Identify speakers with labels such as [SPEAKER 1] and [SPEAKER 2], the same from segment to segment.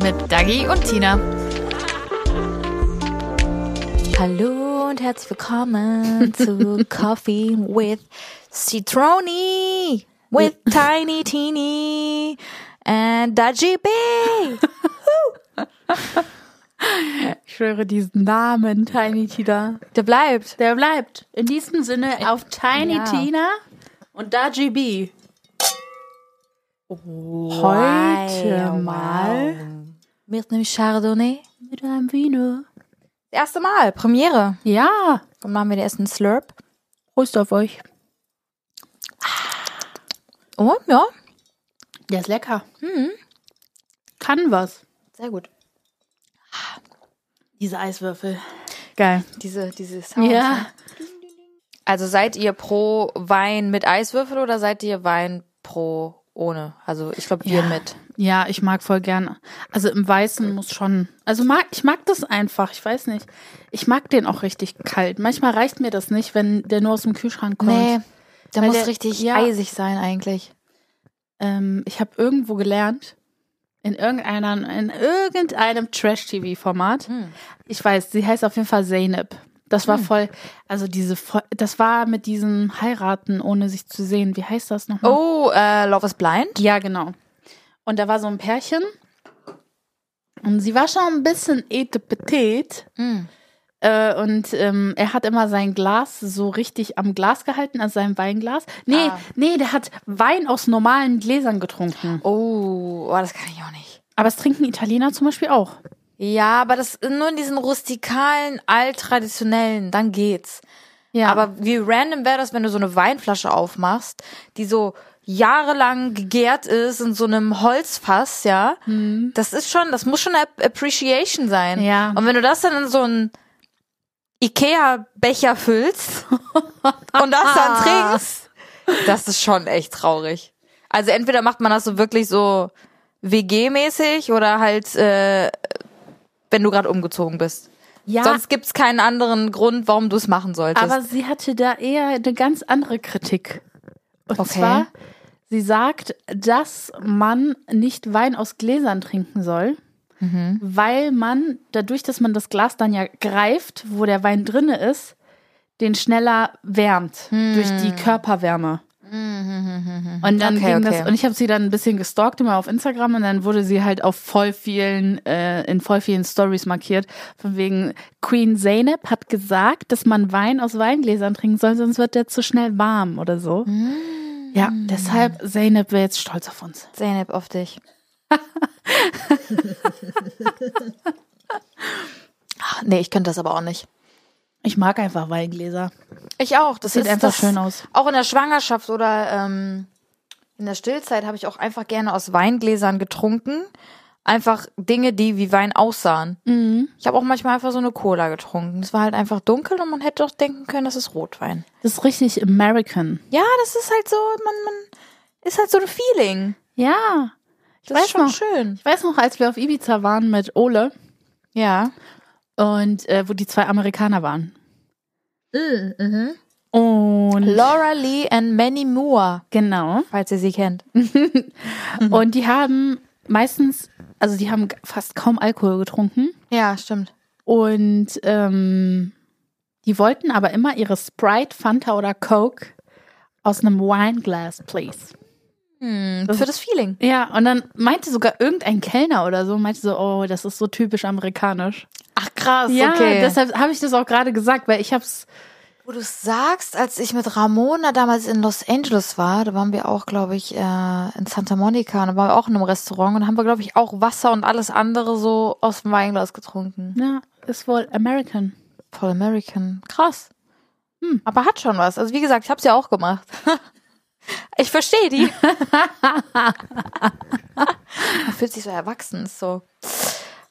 [SPEAKER 1] Mit Dagi und Tina.
[SPEAKER 2] Hallo und herzlich willkommen zu Coffee with Zitrone. With Tiny Teeny and Dodgy B.
[SPEAKER 3] Ich schwöre diesen Namen, Tiny Tina.
[SPEAKER 2] Der bleibt.
[SPEAKER 3] Der bleibt. In diesem Sinne auf Tiny
[SPEAKER 2] Ja.
[SPEAKER 3] Tina und da GB. Heute
[SPEAKER 2] Wow.
[SPEAKER 3] mal
[SPEAKER 2] Mit einem Chardonnay.
[SPEAKER 3] mit einem Vino.
[SPEAKER 2] Das erste Mal, Premiere.
[SPEAKER 3] Ja,
[SPEAKER 2] Dann machen wir den ersten Slurp.
[SPEAKER 3] Prost auf euch.
[SPEAKER 2] Oh, ja.
[SPEAKER 3] Der ist lecker. Kann was.
[SPEAKER 2] Sehr gut.
[SPEAKER 3] Diese Eiswürfel. Oh, Geil.
[SPEAKER 2] Diese, diese Sounds.
[SPEAKER 3] Ja.
[SPEAKER 2] Also seid ihr pro Wein mit Eiswürfel oder seid ihr Wein pro ohne? Also ich glaube, wir
[SPEAKER 3] Ja.
[SPEAKER 2] mit.
[SPEAKER 3] Ja, ich mag voll gerne. Also im Weißen muss schon. Also mag, ich mag das einfach. Ich weiß nicht. Ich mag den auch richtig kalt. Manchmal reicht mir das nicht, wenn der nur aus dem Kühlschrank kommt.
[SPEAKER 2] Nee, der
[SPEAKER 3] Weil
[SPEAKER 2] muss
[SPEAKER 3] der-
[SPEAKER 2] richtig
[SPEAKER 3] ja.
[SPEAKER 2] eisig sein eigentlich.
[SPEAKER 3] Ähm, ich habe irgendwo gelernt, in irgendeiner, in irgendeinem Trash-TV-Format. Ich weiß, sie heißt auf jeden Fall Zeynep. Das war voll, also diese, voll- das war mit diesem Heiraten, ohne sich zu sehen. Wie heißt das nochmal?
[SPEAKER 2] Oh, äh, Love is Blind?
[SPEAKER 3] Ja, genau. Und da war so ein Pärchen. Und sie war schon ein bisschen etepetät.
[SPEAKER 2] Mhm.
[SPEAKER 3] Äh, und ähm, er hat immer sein Glas so richtig am Glas gehalten, also sein Weinglas. Nee,
[SPEAKER 2] Ah.
[SPEAKER 3] nee, der hat Wein aus normalen Gläsern getrunken.
[SPEAKER 2] Oh, oh, das kann ich auch nicht.
[SPEAKER 3] Aber es trinken Italiener zum Beispiel auch.
[SPEAKER 2] Ja, aber das nur in diesen rustikalen, alttraditionellen, dann geht's.
[SPEAKER 3] Ja, aber
[SPEAKER 2] Aber wie random wäre das, wenn du so eine Weinflasche aufmachst, die so jahrelang gegärt ist in so einem Holzfass, ja? Das ist schon, das muss schon eine App- Appreciation sein.
[SPEAKER 3] Mhm. Ja.
[SPEAKER 2] Und wenn du das dann in so einen Ikea-Becher füllst und das dann trinkst, das ist schon echt traurig. Also entweder macht man das so wirklich so WG-mäßig oder halt, äh, wenn du gerade umgezogen bist.
[SPEAKER 3] ja,
[SPEAKER 2] Sonst gibt's keinen anderen Grund, warum du es machen solltest.
[SPEAKER 3] aber sie hatte da eher eine ganz andere Kritik. Und
[SPEAKER 2] Okay.
[SPEAKER 3] zwar, sie sagt, dass man nicht Wein aus Gläsern trinken soll, weil man dadurch, dass man das Glas dann ja greift, wo der Wein drinne ist, den schneller wärmt durch die Körperwärme. Und dann
[SPEAKER 2] Hm. Mhm. Okay,
[SPEAKER 3] ging das,
[SPEAKER 2] okay.
[SPEAKER 3] und ich habe sie dann ein bisschen gestalkt immer auf Instagram und dann wurde sie halt auf voll vielen, äh, in voll vielen Stories markiert. Von wegen Queen Zeynep hat gesagt, dass man Wein aus Weingläsern trinken soll, sonst wird der zu schnell warm oder so.
[SPEAKER 2] Mhm.
[SPEAKER 3] Ja, deshalb Zeynep wäre jetzt stolz auf uns.
[SPEAKER 2] Zeynep auf dich. Ach, nee, ich könnte das aber auch nicht.
[SPEAKER 3] Ich mag einfach Weingläser.
[SPEAKER 2] Ich auch. Das
[SPEAKER 3] Sieht
[SPEAKER 2] ist
[SPEAKER 3] einfach
[SPEAKER 2] das,
[SPEAKER 3] schön aus.
[SPEAKER 2] Auch in der Schwangerschaft oder ähm, in der Stillzeit habe ich auch einfach gerne aus Weingläsern getrunken. Einfach Dinge, die wie Wein aussahen. Ich habe auch manchmal einfach so eine Cola getrunken. Es war halt einfach dunkel und man hätte auch denken können, das ist Rotwein.
[SPEAKER 3] Das ist richtig American.
[SPEAKER 2] Ja, das ist halt so, man, man ist halt so ein Feeling.
[SPEAKER 3] Ja. Ich
[SPEAKER 2] Das
[SPEAKER 3] weiß
[SPEAKER 2] ist schon
[SPEAKER 3] noch,
[SPEAKER 2] schön.
[SPEAKER 3] ich weiß noch, als wir auf Ibiza waren mit Ole
[SPEAKER 2] Ja.
[SPEAKER 3] und äh, wo die zwei Amerikaner waren. Äh, Und
[SPEAKER 2] Laura Lee and Manny Moore,
[SPEAKER 3] genau.
[SPEAKER 2] falls ihr sie kennt.
[SPEAKER 3] Und die haben meistens, also die haben fast kaum Alkohol getrunken
[SPEAKER 2] Ja, stimmt.
[SPEAKER 3] und ähm, die wollten aber immer ihre Sprite, Fanta oder Coke aus einem Wineglass, please.
[SPEAKER 2] Hm, Für das Feeling.
[SPEAKER 3] Ja, und dann meinte sogar irgendein Kellner oder so, meinte so, oh, das ist so typisch amerikanisch.
[SPEAKER 2] Ach krass,
[SPEAKER 3] Ja,
[SPEAKER 2] okay.
[SPEAKER 3] deshalb habe ich das auch gerade gesagt, weil ich hab's,
[SPEAKER 2] Wo du sagst, als ich mit Ramona damals in Los Angeles war, da waren wir auch, glaube ich, äh, in Santa Monica, und da waren wir auch in einem Restaurant und haben wir, glaube ich, auch Wasser und alles andere so aus dem Weinglas getrunken.
[SPEAKER 3] ja, ne, ist wohl American.
[SPEAKER 2] Voll American. Krass. Hm. Aber hat schon was. Also wie gesagt, ich habe es ja auch gemacht. ich verstehe die. Man fühlt sich so erwachsen, ist so.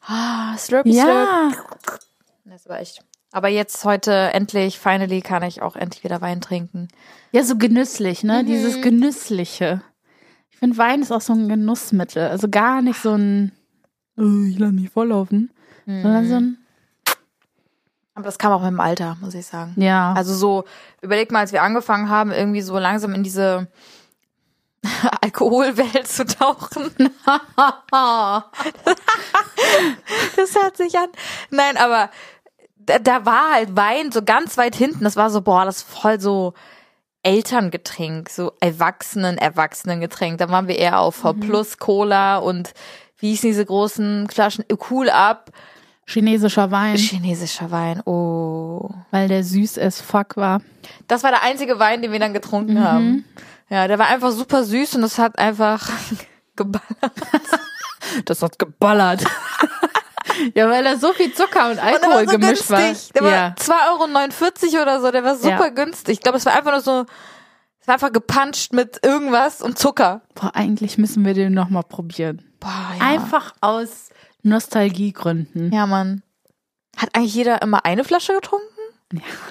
[SPEAKER 2] Ah, slurpy,
[SPEAKER 3] Ja.
[SPEAKER 2] slurp. Das war echt. Aber jetzt heute endlich, finally, kann ich auch endlich wieder Wein trinken.
[SPEAKER 3] Ja, so genüsslich, ne?
[SPEAKER 2] Mhm.
[SPEAKER 3] Dieses Genüssliche. Ich finde, Wein ist auch so ein Genussmittel. Also gar nicht so ein, "Oh, ich lasse mich volllaufen, sondern so
[SPEAKER 2] Mhm.
[SPEAKER 3] ein,
[SPEAKER 2] Aber das kam auch mit dem Alter, muss ich sagen.
[SPEAKER 3] ja.
[SPEAKER 2] Also so, überleg mal, als wir angefangen haben, irgendwie so langsam in diese Alkoholwelt zu tauchen. das hört sich an. Nein, aber da, da war halt Wein so ganz weit hinten. Das war so, boah, das ist voll so Elterngetränk, so Erwachsenen, Erwachsenengetränk. Da waren wir eher auf V Plus Cola und wie hießen diese großen Flaschen? Cool ab.
[SPEAKER 3] chinesischer Wein,
[SPEAKER 2] Chinesischer Wein. Oh.
[SPEAKER 3] weil der süß as fuck war.
[SPEAKER 2] Das war der einzige Wein, den wir dann getrunken haben. Ja, der war einfach super süß und das hat einfach geballert.
[SPEAKER 3] Das hat geballert. ja, weil da so viel Zucker und
[SPEAKER 2] Und der war
[SPEAKER 3] Alkohol
[SPEAKER 2] so
[SPEAKER 3] gemischt
[SPEAKER 2] günstig. Der
[SPEAKER 3] war. Ja.
[SPEAKER 2] war 2,49 Euro oder so, der war super
[SPEAKER 3] Ja.
[SPEAKER 2] günstig. Ich glaube, es war einfach nur so, es war einfach gepanscht mit irgendwas und Zucker.
[SPEAKER 3] Boah, eigentlich müssen wir den nochmal probieren.
[SPEAKER 2] Boah,
[SPEAKER 3] Einfach aus Nostalgiegründen.
[SPEAKER 2] Ja, Mann. Hat eigentlich jeder immer eine Flasche getrunken?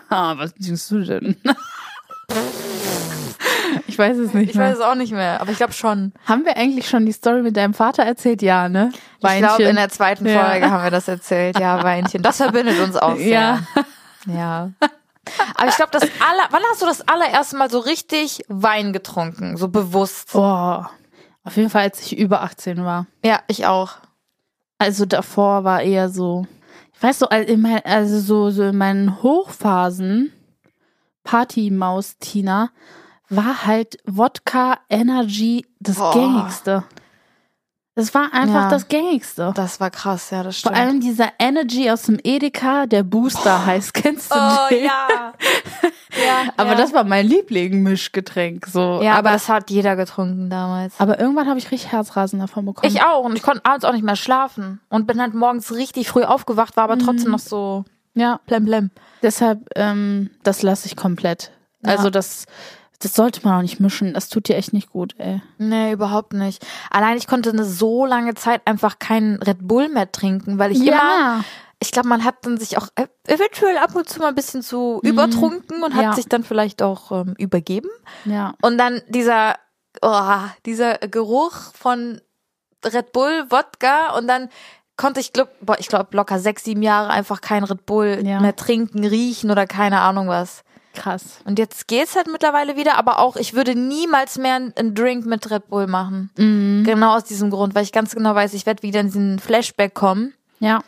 [SPEAKER 3] Ah, was denkst du denn? ich weiß es nicht
[SPEAKER 2] Ich
[SPEAKER 3] mehr.
[SPEAKER 2] weiß es auch nicht mehr, aber ich glaube schon.
[SPEAKER 3] Haben wir eigentlich schon die Story mit deinem Vater erzählt? Ja, ne?
[SPEAKER 2] Ich glaube, in der zweiten
[SPEAKER 3] Ja.
[SPEAKER 2] Folge haben wir das erzählt. Ja, Weinchen. Das verbindet uns auch
[SPEAKER 3] Ja.
[SPEAKER 2] sehr. Ja. Aber ich glaube, das aller, wann hast du das allererste Mal so richtig Wein getrunken? So bewusst?
[SPEAKER 3] Boah. Auf jeden Fall, als ich über 18 war.
[SPEAKER 2] Ja, ich auch.
[SPEAKER 3] Also davor war eher so, ich weiß so, all- in mein, also so, so in meinen Hochphasen, Partymaus Tina, war halt Wodka Energy das
[SPEAKER 2] Boah.
[SPEAKER 3] Gängigste. Es war einfach
[SPEAKER 2] Ja.
[SPEAKER 3] das Gängigste.
[SPEAKER 2] Das war krass, ja, das
[SPEAKER 3] Vor
[SPEAKER 2] stimmt.
[SPEAKER 3] allem dieser Energy aus dem Edeka, der Booster heißt, kennst du
[SPEAKER 2] oh
[SPEAKER 3] den?
[SPEAKER 2] ja. ja
[SPEAKER 3] Aber
[SPEAKER 2] ja.
[SPEAKER 3] das war mein Liebling-Mischgetränk. So.
[SPEAKER 2] Ja, aber
[SPEAKER 3] aber,
[SPEAKER 2] das hat jeder getrunken damals.
[SPEAKER 3] aber irgendwann habe ich richtig Herzrasen davon bekommen.
[SPEAKER 2] Ich auch und ich konnte abends auch nicht mehr schlafen und bin halt morgens richtig früh aufgewacht, war aber trotzdem noch so
[SPEAKER 3] Ja,
[SPEAKER 2] blem blem.
[SPEAKER 3] deshalb, ähm, das lasse ich komplett. Also das, das sollte man auch nicht mischen. Das tut dir echt nicht gut, ey.
[SPEAKER 2] Nee, überhaupt nicht. Allein ich konnte eine so lange Zeit einfach keinen Red Bull mehr trinken, weil ich immer ich glaube, man hat dann sich auch ev- eventuell ab und zu mal ein bisschen zu übertrunken und hat
[SPEAKER 3] Mhm. Ja.
[SPEAKER 2] sich dann vielleicht auch ähm, übergeben.
[SPEAKER 3] Ja.
[SPEAKER 2] Und dann dieser, oh, dieser Geruch von Red Bull, Wodka und dann konnte ich, glaub, boah, ich glaube, locker sechs, sieben Jahre einfach kein Red Bull
[SPEAKER 3] Ja.
[SPEAKER 2] mehr trinken, riechen oder keine Ahnung was.
[SPEAKER 3] Krass.
[SPEAKER 2] Und jetzt geht's halt mittlerweile wieder, aber auch ich würde niemals mehr einen Drink mit Red Bull machen.
[SPEAKER 3] Mhm.
[SPEAKER 2] Genau aus diesem Grund, weil ich ganz genau weiß, ich werde wieder in diesen Flashback kommen.
[SPEAKER 3] Ja.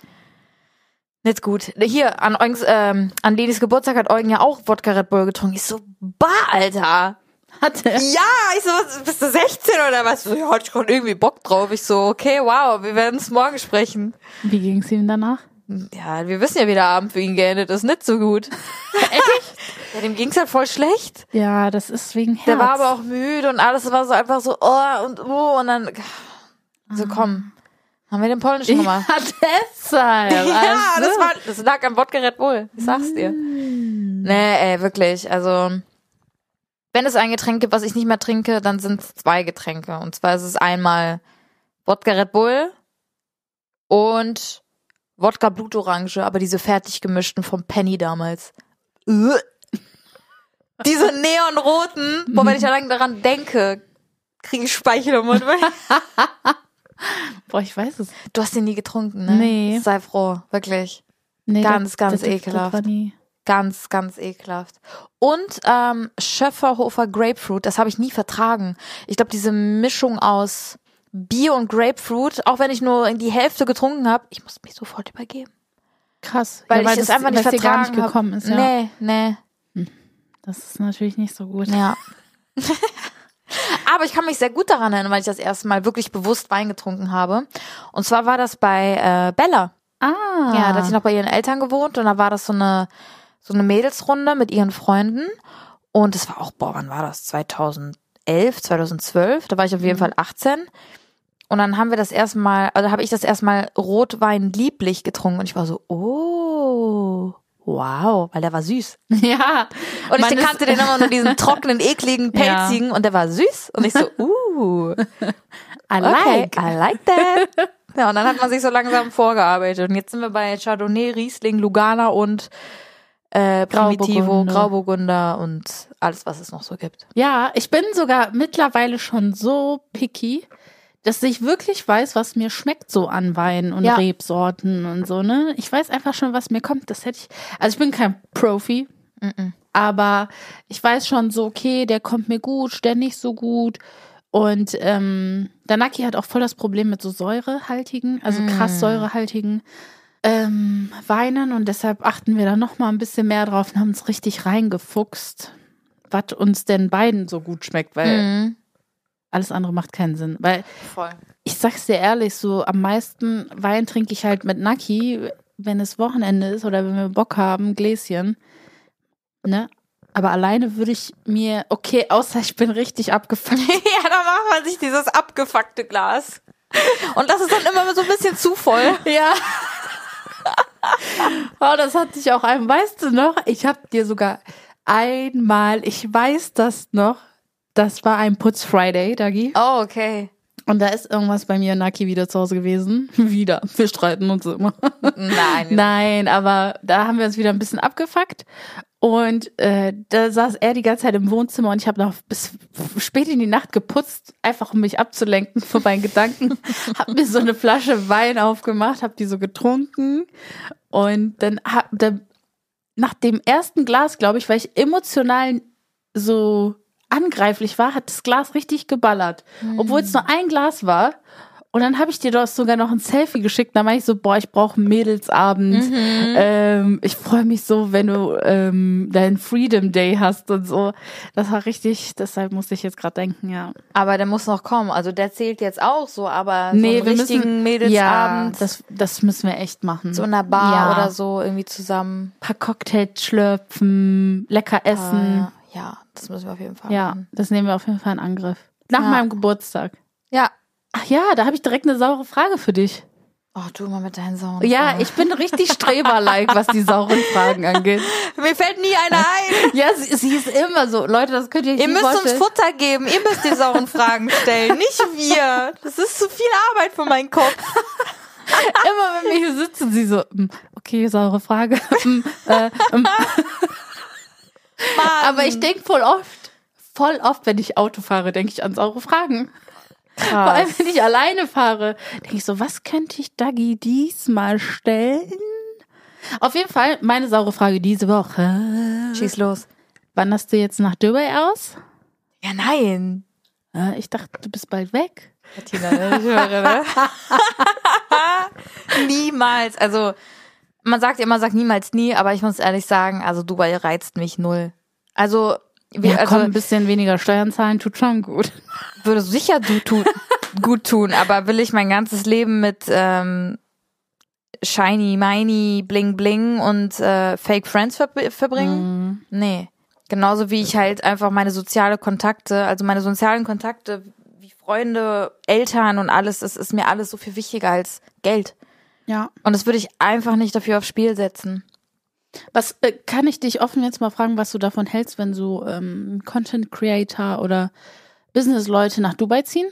[SPEAKER 2] Nicht gut. Hier, an, Eugens, ähm, an Lenis Geburtstag hat Eugen ja auch Wodka Red Bull getrunken. Ich so, bah, Alter.
[SPEAKER 3] Hatte.
[SPEAKER 2] Ja, ich so, was, bist du 16 oder was? So, ja, hatte ich schon irgendwie Bock drauf. Ich so, okay, wow, wir werden es morgen sprechen.
[SPEAKER 3] Wie ging es ihm danach?
[SPEAKER 2] Ja, wir wissen ja, wie der Abend für ihn geendet ist. Nicht so gut. Echt? Ja, dem ging's halt voll schlecht.
[SPEAKER 3] Ja, das ist wegen Herz.
[SPEAKER 2] Der war aber auch müde und alles war so einfach so, oh und oh und dann, so komm, haben wir den polnischen
[SPEAKER 3] ja,
[SPEAKER 2] gemacht.
[SPEAKER 3] deshalb.
[SPEAKER 2] Ja,
[SPEAKER 3] weißt
[SPEAKER 2] das,
[SPEAKER 3] du?
[SPEAKER 2] war, das lag am Wodka Red Bull. Ich sag's dir. Nee, ey, wirklich. Also, wenn es ein Getränk gibt, was ich nicht mehr trinke, dann sind es zwei Getränke. Und zwar ist es einmal Wodka Red Bull und Wodka Blutorange, aber diese fertig gemischten vom Penny damals. Äh. Diese neonroten, wo wenn ich allein daran denke, kriege ich Speichel im Mund.
[SPEAKER 3] Boah, ich weiß es.
[SPEAKER 2] Du hast den nie getrunken, ne?
[SPEAKER 3] Nee.
[SPEAKER 2] Sei froh, wirklich.
[SPEAKER 3] Nee,
[SPEAKER 2] Ganz, ganz
[SPEAKER 3] Das
[SPEAKER 2] ekelhaft.
[SPEAKER 3] war nie.
[SPEAKER 2] Ganz, ganz ekelhaft. Und ähm, Schöfferhofer Grapefruit, das habe ich nie vertragen. Ich glaube, diese Mischung aus Bier und Grapefruit, auch wenn ich nur die Hälfte getrunken habe, ich muss mich sofort übergeben.
[SPEAKER 3] Krass.
[SPEAKER 2] Weil,
[SPEAKER 3] ja, weil
[SPEAKER 2] ich es
[SPEAKER 3] das-
[SPEAKER 2] einfach nicht
[SPEAKER 3] weil's dir
[SPEAKER 2] vertragen
[SPEAKER 3] gar nicht
[SPEAKER 2] hab.
[SPEAKER 3] gekommen ist. Ja.
[SPEAKER 2] Nee, nee,
[SPEAKER 3] Das ist natürlich nicht so gut.
[SPEAKER 2] ja. Aber ich kann mich sehr gut daran erinnern, weil ich das erste Mal wirklich bewusst Wein getrunken habe. Und zwar war das bei äh, Bella.
[SPEAKER 3] Ah.
[SPEAKER 2] Ja, da hat sie noch bei ihren Eltern gewohnt und da war das so eine, so eine Mädelsrunde mit ihren Freunden. Und es war auch, boah, wann war das? 2011, 2012? Da war ich auf jeden Fall 18. Und dann haben wir das erstmal, oder habe ich das erstmal Rotwein lieblich getrunken und ich war so, oh, wow, weil der war süß.
[SPEAKER 3] Ja.
[SPEAKER 2] Und
[SPEAKER 3] Man
[SPEAKER 2] ich
[SPEAKER 3] ist-
[SPEAKER 2] kannte den immer nur diesen trockenen, ekligen,
[SPEAKER 3] Ja.
[SPEAKER 2] pelzigen und der war süß. Und ich so, uh,
[SPEAKER 3] I
[SPEAKER 2] okay,
[SPEAKER 3] like.
[SPEAKER 2] I like that. Ja, und dann hat man sich so langsam vorgearbeitet. Und jetzt sind wir bei Chardonnay, Riesling, Lugana und äh, Primitivo,
[SPEAKER 3] Grauburgunder.
[SPEAKER 2] Grauburgunder und alles, was es noch so gibt.
[SPEAKER 3] Ja, ich bin sogar mittlerweile schon so picky, dass ich wirklich weiß, was mir schmeckt so an Wein und
[SPEAKER 2] Ja.
[SPEAKER 3] Rebsorten und so, ne? Ich weiß einfach schon, was mir kommt. Das hätte ich. Also ich bin kein Profi, aber ich weiß schon so, okay, der kommt mir gut, der nicht so gut. Und ähm, Danaki hat auch voll das Problem mit so säurehaltigen, also krass säurehaltigen ähm, Weinen und deshalb achten wir da noch mal ein bisschen mehr drauf und haben uns richtig reingefuchst, was uns denn beiden so gut schmeckt, weil
[SPEAKER 2] Mhm.
[SPEAKER 3] alles andere macht keinen Sinn. Weil
[SPEAKER 2] Voll.
[SPEAKER 3] ich sag's dir ehrlich, so am meisten Wein trinke ich halt mit Naki, wenn es Wochenende ist oder wenn wir Bock haben, Gläschen. Ne? Aber alleine würde ich mir, okay, außer ich bin richtig abgefuckt.
[SPEAKER 2] ja, da macht man sich dieses abgefuckte Glas. Und das ist dann immer so ein bisschen zu voll.
[SPEAKER 3] Ja. oh, das hat sich auch einem. Weißt du noch? Ich habe dir sogar einmal, ich weiß das noch, das war ein Putz Friday, Dagi.
[SPEAKER 2] Oh, okay.
[SPEAKER 3] Und da ist irgendwas bei mir und Naki wieder zu Hause gewesen. Wieder. Wir streiten uns immer.
[SPEAKER 2] Nein.
[SPEAKER 3] Nein, aber da haben wir uns wieder ein bisschen abgefuckt. Und äh, da saß er die ganze Zeit im Wohnzimmer und ich habe noch bis spät in die Nacht geputzt, einfach um mich abzulenken von meinen Gedanken. hab mir so eine Flasche Wein aufgemacht, hab die so getrunken. Und dann, hab, dann nach dem ersten Glas, glaube ich, weil ich emotional so angreiflich war, hat das Glas richtig geballert. Obwohl es nur ein Glas war. Und dann habe ich dir doch sogar noch ein Selfie geschickt. Da meinte ich so, boah, ich brauche einen Mädelsabend. Ähm, ich freue mich so, wenn du ähm, deinen Freedom Day hast und so. Das war richtig, deshalb musste ich jetzt gerade denken, ja.
[SPEAKER 2] Aber der muss noch kommen. Also der zählt jetzt auch so, aber so einen richtigen
[SPEAKER 3] ja,
[SPEAKER 2] Mädelsabend
[SPEAKER 3] das, das müssen wir echt machen.
[SPEAKER 2] so in einer Bar
[SPEAKER 3] ja.
[SPEAKER 2] oder so irgendwie zusammen.
[SPEAKER 3] Ein paar Cocktails schlürfen, lecker essen.
[SPEAKER 2] Ah, ja, das müssen wir auf jeden Fall
[SPEAKER 3] ja,
[SPEAKER 2] machen.
[SPEAKER 3] das nehmen wir auf jeden Fall in Angriff. Nach
[SPEAKER 2] Ja.
[SPEAKER 3] meinem Geburtstag.
[SPEAKER 2] Ja.
[SPEAKER 3] Ach ja, da habe ich direkt eine saure Frage für dich. Ah.
[SPEAKER 2] Oh, du mal mit deinen Sound.
[SPEAKER 3] Ja, ich bin richtig streber-like, was die sauren Fragen angeht.
[SPEAKER 2] Mir fällt nie einer ein.
[SPEAKER 3] Ja, sie, sie ist immer so. Leute, das könnt ihr euch
[SPEAKER 2] Ihr
[SPEAKER 3] nicht
[SPEAKER 2] müsst uns
[SPEAKER 3] vorstellen.
[SPEAKER 2] Futter geben. Ihr müsst die sauren Fragen stellen, nicht wir. Das ist zu viel Arbeit für meinen Kopf.
[SPEAKER 3] immer, wenn wir hier sitzen, sie so, "Hm, okay, saure Frage. Hm, äh, hm.
[SPEAKER 2] Mann.
[SPEAKER 3] Aber ich denk voll oft, voll oft, wenn ich Auto fahre, denke ich an saure Fragen. Vor allem, wenn ich alleine fahre, denke ich so, was könnte ich Dagi diesmal stellen? Auf jeden Fall, meine saure Frage diese Woche.
[SPEAKER 2] Schieß los.
[SPEAKER 3] Wanderst du jetzt nach Dubai aus?
[SPEAKER 2] Ja, nein.
[SPEAKER 3] Äh, Ich dachte, du bist bald weg.
[SPEAKER 2] Tina, ich höre, ne? niemals. Also, man sagt ja immer, sagt niemals nie, aber ich muss ehrlich sagen, also Dubai reizt mich null. Also, wir,
[SPEAKER 3] Ja,
[SPEAKER 2] also
[SPEAKER 3] komm, ein bisschen weniger Steuern zahlen tut schon gut.
[SPEAKER 2] würde sicher du tu, gut tun, aber will ich mein ganzes Leben mit ähm, shiny, miny, bling, bling und äh, fake friends verb- verbringen? Nee. Genauso wie ich halt einfach meine soziale Kontakte, also meine sozialen Kontakte wie Freunde, Eltern und alles, das ist mir alles so viel wichtiger als Geld.
[SPEAKER 3] Ja.
[SPEAKER 2] Und das würde ich einfach nicht dafür aufs Spiel setzen.
[SPEAKER 3] Was äh, kann ich dich offen jetzt mal fragen, was du davon hältst, wenn so ähm, Content Creator oder Business-Leute nach Dubai ziehen?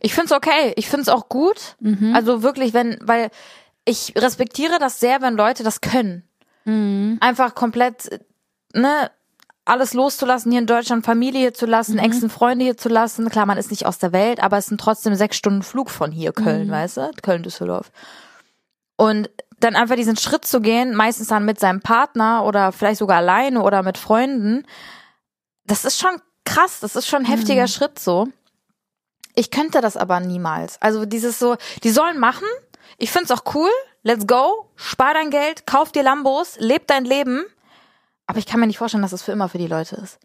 [SPEAKER 2] Ich find's okay. Ich find's auch gut. Also wirklich, wenn, weil ich respektiere das sehr, wenn Leute das können. Einfach komplett, äh, ne, alles loszulassen, hier in Deutschland Familie hier zu lassen, engsten Freunde hier zu lassen. Klar, man ist nicht aus der Welt, aber es sind trotzdem sechs Stunden Flug von hier, Köln, weißt du? Köln-Düsseldorf. Und dann einfach diesen Schritt zu gehen, meistens dann mit seinem Partner oder vielleicht sogar alleine oder mit Freunden, das ist schon krass, das ist schon ein heftiger
[SPEAKER 3] Mhm.
[SPEAKER 2] Schritt so. Ich könnte das aber niemals. Also dieses so, die sollen machen, ich find's auch cool, let's go, spar dein Geld, kauf dir Lambos, leb dein Leben. Aber ich kann mir nicht vorstellen, dass es für immer für die Leute ist.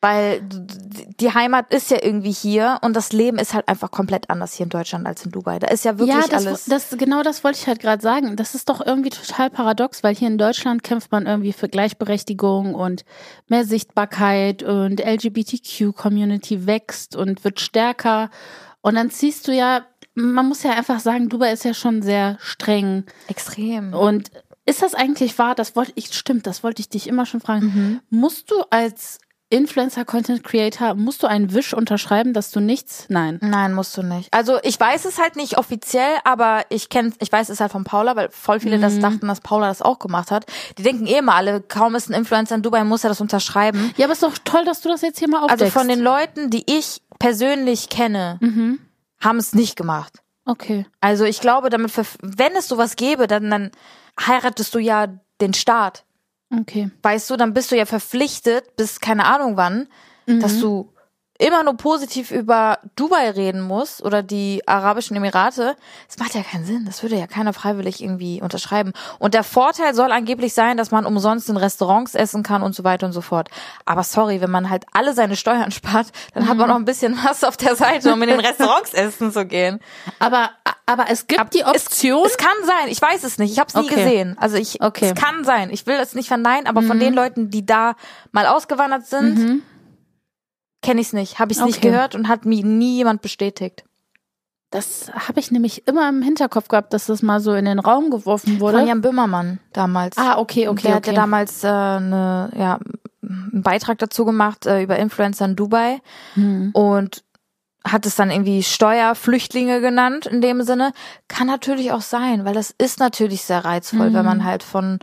[SPEAKER 2] Weil d- d- die Heimat ist ja irgendwie hier und das Leben ist halt einfach komplett anders hier in Deutschland als in Dubai. Da ist ja wirklich
[SPEAKER 3] ja, das,
[SPEAKER 2] alles.
[SPEAKER 3] das genau das wollte ich halt gerade sagen. Das ist doch irgendwie total paradox, weil hier in Deutschland kämpft man irgendwie für Gleichberechtigung und mehr Sichtbarkeit und LGBTQ-Community wächst und wird stärker. Und dann ziehst du ja, man muss ja einfach sagen, Dubai ist ja schon sehr streng.
[SPEAKER 2] Extrem.
[SPEAKER 3] Und
[SPEAKER 2] Mhm.
[SPEAKER 3] ist das eigentlich wahr? Das wollte ich, stimmt, das wollte ich dich immer schon fragen. Musst du als Influencer, Content Creator, musst du einen Wisch unterschreiben, dass du nichts? Nein.
[SPEAKER 2] Nein, musst du nicht. Also ich weiß es halt nicht offiziell, aber ich kenn, ich weiß es halt von Paula, weil voll viele das dachten, dass Paula das auch gemacht hat. Die denken eh immer alle, kaum ist ein Influencer in Dubai, muss er das unterschreiben.
[SPEAKER 3] Ja, aber ist doch toll, dass du das jetzt hier mal aufdeckst.
[SPEAKER 2] Also von den Leuten, die ich persönlich kenne, haben es nicht gemacht.
[SPEAKER 3] Okay.
[SPEAKER 2] Also ich glaube, damit, verf- wenn es sowas gäbe, dann, dann heiratest du ja den Staat.
[SPEAKER 3] Okay.
[SPEAKER 2] weißt du, dann bist du ja verpflichtet, bis keine Ahnung wann, dass du immer nur positiv über Dubai reden musst oder die Arabischen Emirate. Das macht ja keinen Sinn. Das würde ja keiner freiwillig irgendwie unterschreiben. Und der Vorteil soll angeblich sein, dass man umsonst in Restaurants essen kann und so weiter und so fort. Aber sorry, wenn man halt alle seine Steuern spart, dann hat man noch ein bisschen was auf der Seite, um in den Restaurants essen zu gehen.
[SPEAKER 3] Aber, aber es gibt die Option.
[SPEAKER 2] Es kann sein, ich weiß es nicht. Ich habe es nie
[SPEAKER 3] Okay.
[SPEAKER 2] gesehen. Also ich,
[SPEAKER 3] Okay. Mhm.
[SPEAKER 2] es kann sein. Ich will es nicht verneinen, aber von den Leuten, die da mal ausgewandert sind, kenn kenne ich es nicht. Habe ich es nicht
[SPEAKER 3] Okay.
[SPEAKER 2] gehört und hat mir nie jemand bestätigt.
[SPEAKER 3] das habe ich nämlich immer im Hinterkopf gehabt, dass das mal so in den Raum geworfen wurde.
[SPEAKER 2] Von Jan Böhmermann damals.
[SPEAKER 3] Ah, okay, okay.
[SPEAKER 2] Der hat
[SPEAKER 3] okay.
[SPEAKER 2] ja damals äh, ne, ja, einen Beitrag dazu gemacht äh, über Influencer in Dubai
[SPEAKER 3] Hm,
[SPEAKER 2] und hat es dann irgendwie Steuerflüchtlinge genannt in dem Sinne. Kann natürlich auch sein, weil das ist natürlich sehr reizvoll, wenn man halt von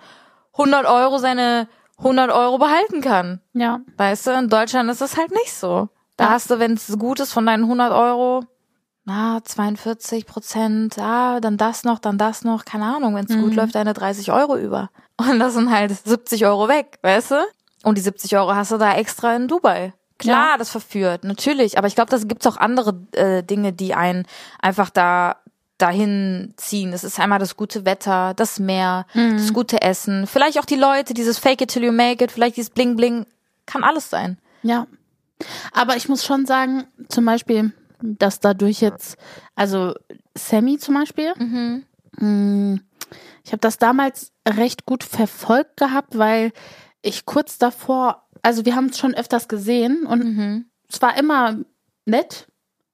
[SPEAKER 2] 100 Euro seine 100 Euro behalten kann.
[SPEAKER 3] ja.
[SPEAKER 2] Weißt du, in Deutschland ist das halt nicht so. Da
[SPEAKER 3] Ja.
[SPEAKER 2] hast du, wenn es gut ist, von deinen 100 Euro, na, 42 Prozent, ah, dann das noch, dann das noch, keine Ahnung, wenn es gut läuft, deine 30 Euro über. Und das sind halt 70 Euro weg, weißt du? Und die 70 Euro hast du da extra in Dubai. Klar, das verführt, natürlich. Aber ich glaube, das gibt's auch andere äh, Dinge, die einen einfach da dahin ziehen. Es ist einmal das gute Wetter, das Meer, das gute Essen, vielleicht auch die Leute, dieses Fake it till you make it, vielleicht dieses Bling Bling. Kann alles sein.
[SPEAKER 3] Ja. Aber ich muss schon sagen, zum Beispiel, dass dadurch jetzt, also Sammy zum Beispiel, mh, Hm, ich habe das damals recht gut verfolgt gehabt, weil ich kurz davor, also wir haben es schon öfters gesehen und
[SPEAKER 2] Mhm.
[SPEAKER 3] es war immer nett,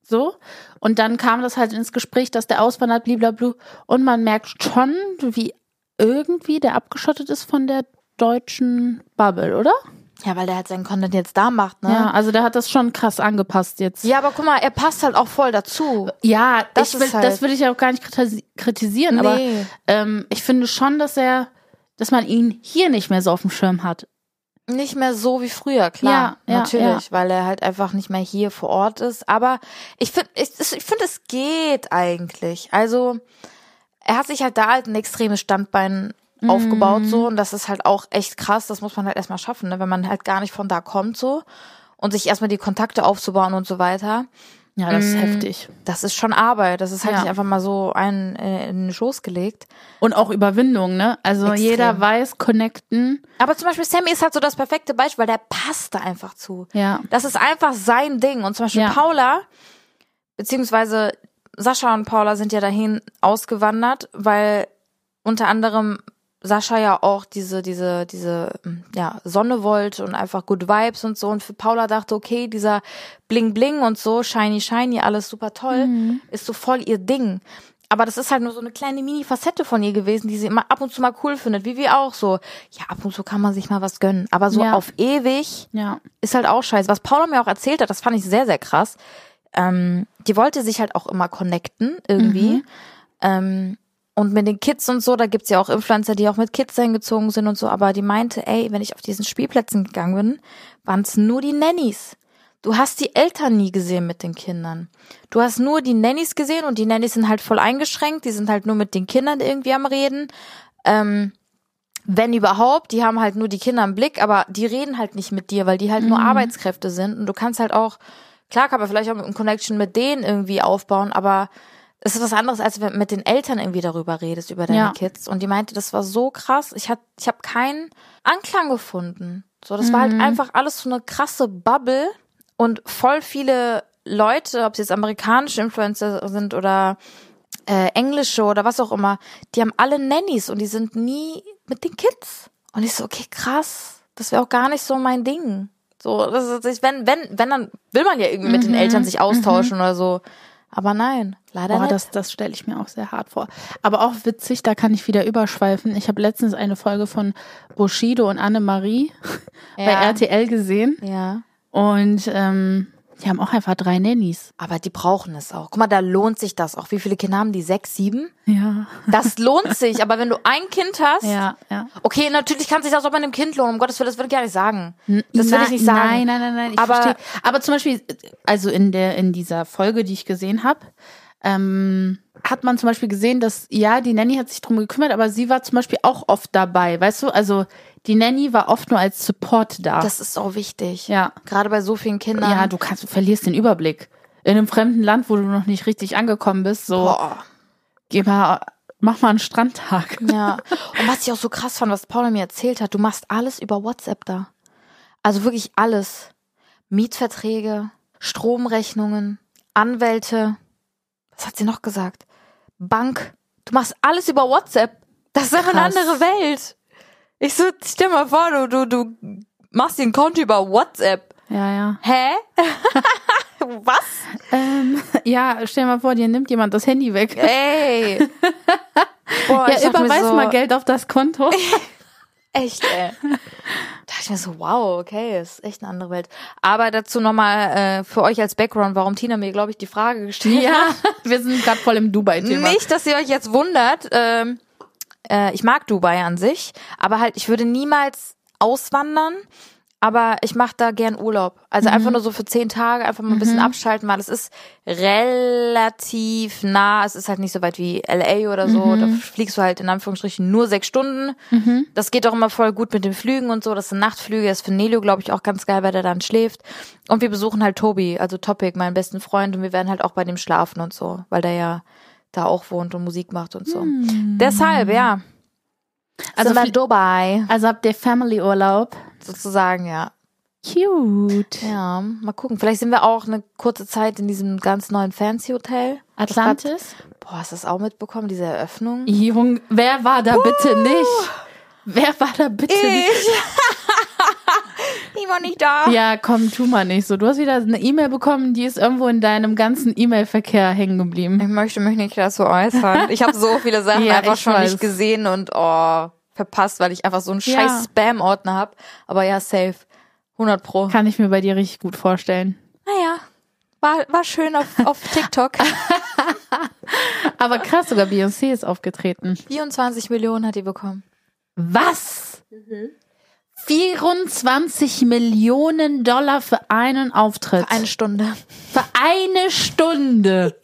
[SPEAKER 3] so. Und dann kam das halt ins Gespräch, dass der auswandert, blablabla. Und man merkt schon, wie irgendwie der abgeschottet ist von der deutschen Bubble, oder?
[SPEAKER 2] Ja, weil der halt seinen Content jetzt da macht, ne?
[SPEAKER 3] Ja, also der hat das schon krass angepasst jetzt.
[SPEAKER 2] ja, aber guck mal, er passt halt auch voll dazu.
[SPEAKER 3] Ja,
[SPEAKER 2] Das
[SPEAKER 3] ich
[SPEAKER 2] ist
[SPEAKER 3] will,
[SPEAKER 2] halt-
[SPEAKER 3] das will ich ja auch gar nicht kritisi- kritisieren, aber
[SPEAKER 2] Nee.
[SPEAKER 3] ähm, ich finde schon, dass er, dass man ihn hier nicht mehr so auf dem Schirm hat.
[SPEAKER 2] Nicht mehr so wie früher, klar.
[SPEAKER 3] Ja, ja,
[SPEAKER 2] natürlich, weil er halt einfach nicht mehr hier vor Ort ist. Aber ich finde, ich, ich finde, es geht eigentlich. Also, er hat sich halt da halt ein extremes Standbein
[SPEAKER 3] Mhm.
[SPEAKER 2] aufgebaut, so. Und das ist halt auch echt krass. Das muss man halt erstmal schaffen, ne? wenn man halt gar nicht von da kommt, so. Und sich erstmal die Kontakte aufzubauen und so weiter.
[SPEAKER 3] Ja,
[SPEAKER 2] Mhm.
[SPEAKER 3] das ist heftig.
[SPEAKER 2] Das ist schon Arbeit. Das ist halt
[SPEAKER 3] Ja.
[SPEAKER 2] nicht einfach mal so ein, äh, in den Schoß gelegt.
[SPEAKER 3] Und auch Überwindung, ne? Also
[SPEAKER 2] Extrem.
[SPEAKER 3] jeder weiß, connecten.
[SPEAKER 2] Aber zum Beispiel Sammy ist halt so das perfekte Beispiel, weil der passt da einfach zu.
[SPEAKER 3] Ja.
[SPEAKER 2] Das ist einfach sein Ding. Und zum Beispiel
[SPEAKER 3] Ja.
[SPEAKER 2] Paula, beziehungsweise Sascha und Paula sind ja dahin ausgewandert, weil unter anderem Sascha ja auch diese, diese, diese, mm, ja, Sonne wollte und einfach Good Vibes und so. Und für Paula dachte, okay, dieser Bling Bling und so, shiny, shiny, alles super toll,
[SPEAKER 3] Mhm.
[SPEAKER 2] ist so voll ihr Ding. Aber das ist halt nur so eine kleine Mini-Facette von ihr gewesen, die sie immer ab und zu mal cool findet, wie wir auch so. Ja, ab und zu kann man sich mal was gönnen. Aber so
[SPEAKER 3] Ja.
[SPEAKER 2] auf ewig
[SPEAKER 3] Ja.
[SPEAKER 2] ist halt auch scheiße. Was Paula mir auch erzählt hat, das fand ich sehr, sehr krass. Ähm, die wollte sich halt auch immer connecten, irgendwie. Ähm, und mit den Kids und so, da gibt's ja auch Influencer, die auch mit Kids hingezogen sind und so, aber die meinte, ey, wenn ich auf diesen Spielplätzen gegangen bin, waren's nur die Nannies. Du hast die Eltern nie gesehen mit den Kindern. Du hast nur die Nannies gesehen und die Nannies sind halt voll eingeschränkt, die sind halt nur mit den Kindern irgendwie am Reden. Ähm, wenn überhaupt, die haben halt nur die Kinder im Blick, aber die reden halt nicht mit dir, weil die halt nur Arbeitskräfte sind und du kannst halt auch, klar kann man vielleicht auch eine Connection mit denen irgendwie aufbauen, aber es ist was anderes, als wenn du mit den Eltern irgendwie darüber redest, über deine
[SPEAKER 3] Ja.
[SPEAKER 2] Kids. Und die meinte, das war so krass, ich, hat, ich habe keinen Anklang gefunden. So, das war halt einfach alles so eine krasse Bubble und voll viele Leute, ob sie jetzt amerikanische Influencer sind oder äh, englische oder was auch immer, die haben alle Nannies und die sind nie mit den Kids. Und ich so, okay, krass, das wäre auch gar nicht so mein
[SPEAKER 3] Mhm,
[SPEAKER 2] Ding. So, das ist, ich- wenn, wenn, wenn, dann will man ja irgendwie mit den Eltern sich austauschen oder so. Aber nein, leider
[SPEAKER 3] Boah,
[SPEAKER 2] nicht.
[SPEAKER 3] das, das stelle ich mir auch sehr hart vor. Aber auch witzig, da kann ich wieder überschweifen. Ich habe letztens eine Folge von Bushido und Annemarie bei
[SPEAKER 2] Ja.
[SPEAKER 3] RTL gesehen.
[SPEAKER 2] ja.
[SPEAKER 3] Und ähm, die haben auch einfach drei Nannies.
[SPEAKER 2] Aber die brauchen es auch. Guck mal, da lohnt sich das auch. Wie viele Kinder haben die? Sechs, sieben?
[SPEAKER 3] Ja.
[SPEAKER 2] Das lohnt sich. Aber wenn du ein Kind hast.
[SPEAKER 3] Ja, ja.
[SPEAKER 2] Okay, natürlich kann sich das auch bei einem Kind lohnen. Um Gottes Willen, das würde ich gar nicht sagen. Das würde
[SPEAKER 3] Na-
[SPEAKER 2] ich nicht sagen.
[SPEAKER 3] Nein, nein, nein, nein. Ich
[SPEAKER 2] Aber-
[SPEAKER 3] aber, verstehe. aber zum Beispiel, also in der in dieser Folge, die ich gesehen habe, ähm, hat man zum Beispiel gesehen, dass ja die Nanny hat sich drum gekümmert, aber sie war zum Beispiel auch oft dabei, weißt du? Also die Nanny war oft nur als Support da.
[SPEAKER 2] Das ist auch wichtig.
[SPEAKER 3] ja,
[SPEAKER 2] Gerade bei so vielen Kindern.
[SPEAKER 3] ja, du kannst, du verlierst den Überblick in einem fremden Land, wo du noch nicht richtig angekommen bist. So,
[SPEAKER 2] Boah.
[SPEAKER 3] geh mal, mach mal einen Strandtag.
[SPEAKER 2] Ja. Und was ich auch so krass fand, was Paula mir erzählt hat, du machst alles über WhatsApp da. Also wirklich alles. Mietverträge, Stromrechnungen, Anwälte. Was hat sie noch gesagt? Bank. Du machst alles über WhatsApp. Das ist einfach eine
[SPEAKER 3] Krass.
[SPEAKER 2] andere Welt. Ich so, stell mal vor, du, du, du machst dir ein Konto über WhatsApp.
[SPEAKER 3] Ja, ja.
[SPEAKER 2] Hä? was?
[SPEAKER 3] Ähm, ja, stell dir mal vor, dir nimmt jemand das Handy weg.
[SPEAKER 2] Ey. Boah, ich
[SPEAKER 3] ja,
[SPEAKER 2] dachte mir
[SPEAKER 3] überweis
[SPEAKER 2] so,
[SPEAKER 3] mal Geld auf das Konto.
[SPEAKER 2] Echt, ey. da dachte ich mir so, wow, okay, ist echt eine andere Welt. Aber dazu nochmal äh, für euch als Background, warum Tina mir, glaube ich, die Frage gestellt
[SPEAKER 3] Ja,
[SPEAKER 2] hat.
[SPEAKER 3] wir sind gerade voll im Dubai-Thema.
[SPEAKER 2] Nicht, dass ihr euch jetzt wundert. Ähm, äh, ich mag Dubai an sich, aber halt, ich würde niemals auswandern. Aber ich mache da gern Urlaub. Also einfach nur so für zehn Tage, einfach mal ein bisschen abschalten, weil es ist relativ nah. Es ist halt nicht so weit wie LA oder so. Da fliegst du halt in Anführungsstrichen nur sechs Stunden. Das geht auch immer voll gut mit den Flügen und so. Das sind Nachtflüge. Das ist für Nelio, glaube ich, auch ganz geil, weil der dann schläft. Und wir besuchen halt Tobi, also Topic, meinen besten Freund. Und wir werden halt auch bei dem schlafen und so, weil der ja da auch wohnt und Musik macht und so. Deshalb, ja.
[SPEAKER 3] Also
[SPEAKER 2] Also bei
[SPEAKER 3] flie-
[SPEAKER 2] Dubai,
[SPEAKER 3] Also habt ihr Family-Urlaub?
[SPEAKER 2] sozusagen, ja.
[SPEAKER 3] Cute.
[SPEAKER 2] Ja, mal gucken. Vielleicht sind wir auch eine kurze Zeit in diesem ganz neuen Fancy-Hotel.
[SPEAKER 3] Atlantis?
[SPEAKER 2] Boah, hast du das auch mitbekommen, diese Eröffnung?
[SPEAKER 3] Jung, wer war da bitte nicht? Wer war da bitte nicht?
[SPEAKER 2] Ich war nicht da.
[SPEAKER 3] Ja, komm, tu mal nicht so. Du hast wieder eine E-Mail bekommen, die ist irgendwo in deinem ganzen E-Mail-Verkehr hängen geblieben.
[SPEAKER 2] Ich möchte mich nicht dazu äußern. Ich habe so viele Sachen
[SPEAKER 3] Ja,
[SPEAKER 2] einfach
[SPEAKER 3] ich
[SPEAKER 2] schon
[SPEAKER 3] weiß.
[SPEAKER 2] nicht gesehen und oh, verpasst, weil ich einfach so einen scheiß Spam-Ordner hab. Aber ja, safe. 100 Pro.
[SPEAKER 3] Kann ich mir bei dir richtig gut vorstellen.
[SPEAKER 2] Naja, war, war schön auf, auf TikTok.
[SPEAKER 3] Aber krass, sogar Beyoncé ist aufgetreten.
[SPEAKER 2] 24 Millionen hat die bekommen.
[SPEAKER 3] Was? 24 Millionen Dollar für einen Auftritt.
[SPEAKER 2] Für eine Stunde.
[SPEAKER 3] Für eine Stunde.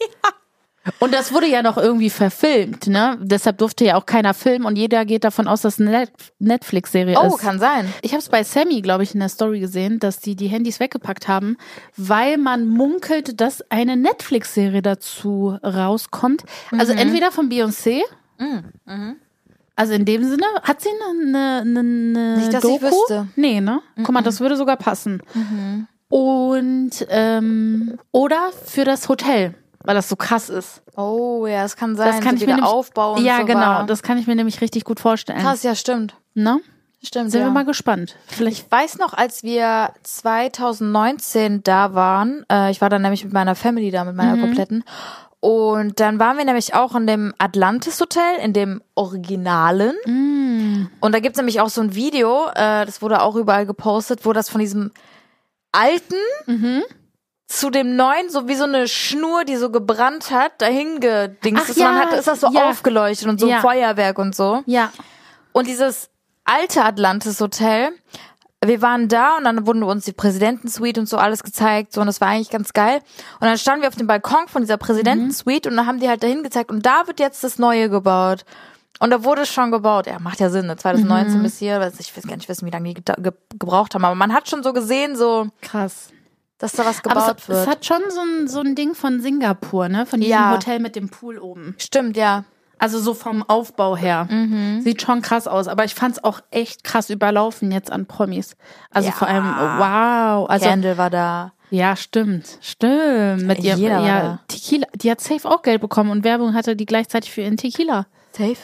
[SPEAKER 3] Und das wurde ja noch irgendwie verfilmt, ne? Deshalb durfte ja auch keiner filmen und jeder geht davon aus, dass es eine Net Netflix-Serie
[SPEAKER 2] Oh,
[SPEAKER 3] ist.
[SPEAKER 2] kann sein.
[SPEAKER 3] Ich habe es bei Sammy, glaube ich, in der Story gesehen, dass die die Handys weggepackt haben, weil man munkelt, dass eine Netflix-Serie dazu rauskommt. Also
[SPEAKER 2] Mhm.
[SPEAKER 3] entweder von Beyoncé. Also in dem Sinne, hat sie eine, eine, eine
[SPEAKER 2] Nicht, dass ich
[SPEAKER 3] Doku?
[SPEAKER 2] wüsste. Mhm.
[SPEAKER 3] Nee, ne? Guck mal, das würde sogar passen. Und ähm, oder für das Hotel, weil das so krass ist.
[SPEAKER 2] Oh, ja, das kann sein.
[SPEAKER 3] Das kann ich
[SPEAKER 2] so
[SPEAKER 3] mir
[SPEAKER 2] wieder
[SPEAKER 3] nämlich,
[SPEAKER 2] aufbauen.
[SPEAKER 3] Ja,
[SPEAKER 2] so
[SPEAKER 3] genau.
[SPEAKER 2] war.
[SPEAKER 3] Das kann ich mir nämlich richtig gut vorstellen.
[SPEAKER 2] Krass, ja, stimmt.
[SPEAKER 3] Ne?
[SPEAKER 2] Stimmt.
[SPEAKER 3] Sind
[SPEAKER 2] ja.
[SPEAKER 3] wir mal gespannt. Vielleicht
[SPEAKER 2] Ich weiß noch, als wir 2019 da waren, äh, ich war dann nämlich mit meiner Family da, mit meiner
[SPEAKER 3] Mhm.
[SPEAKER 2] kompletten. Und dann waren wir nämlich auch in dem Atlantis Hotel, in dem Originalen.
[SPEAKER 3] Mm.
[SPEAKER 2] Und da gibt's nämlich auch so ein Video, äh, das wurde auch überall gepostet, wo das von diesem alten
[SPEAKER 3] Mhm.
[SPEAKER 2] zu dem neuen, so wie so eine Schnur, die so gebrannt hat, dahin gedingst.
[SPEAKER 3] Ach
[SPEAKER 2] ist. Und dann
[SPEAKER 3] ja,
[SPEAKER 2] hat, ist das so
[SPEAKER 3] ja.
[SPEAKER 2] aufgeleuchtet und so
[SPEAKER 3] Ja.
[SPEAKER 2] Feuerwerk und so.
[SPEAKER 3] ja.
[SPEAKER 2] Und dieses alte Atlantis Hotel, wir waren da und dann wurden uns die Präsidentensuite und so alles gezeigt, so und das war eigentlich ganz geil. Und dann standen wir auf dem Balkon von dieser Präsidentensuite und dann haben die halt dahin gezeigt und da wird jetzt das neue gebaut. Und da wurde es schon gebaut. Ja, macht ja Sinn, ne?
[SPEAKER 3] Mhm.
[SPEAKER 2] 2019 bis hier, weiß ich ich weiß gar nicht wissen, wie lange die geda- ge gebraucht haben, aber man hat schon so gesehen, so,
[SPEAKER 3] Krass.
[SPEAKER 2] dass da was
[SPEAKER 3] Aber
[SPEAKER 2] gebaut
[SPEAKER 3] es,
[SPEAKER 2] wird.
[SPEAKER 3] es hat schon so ein, so ein Ding von Singapur, ne? Von diesem
[SPEAKER 2] Ja.
[SPEAKER 3] Hotel mit dem Pool oben.
[SPEAKER 2] Stimmt, ja.
[SPEAKER 3] Also so vom Aufbau her.
[SPEAKER 2] Mhm.
[SPEAKER 3] Sieht schon krass aus. Aber ich fand's auch echt krass überlaufen jetzt an Promis. Also
[SPEAKER 2] Ja.
[SPEAKER 3] vor allem, wow. Also
[SPEAKER 2] Candle war da.
[SPEAKER 3] ja, stimmt. Stimmt. Mit ihrem
[SPEAKER 2] Jeder war
[SPEAKER 3] ja,
[SPEAKER 2] da.
[SPEAKER 3] Tequila. Die hat safe auch Geld bekommen und Werbung hatte die gleichzeitig für ihren Tequila.
[SPEAKER 2] Safe?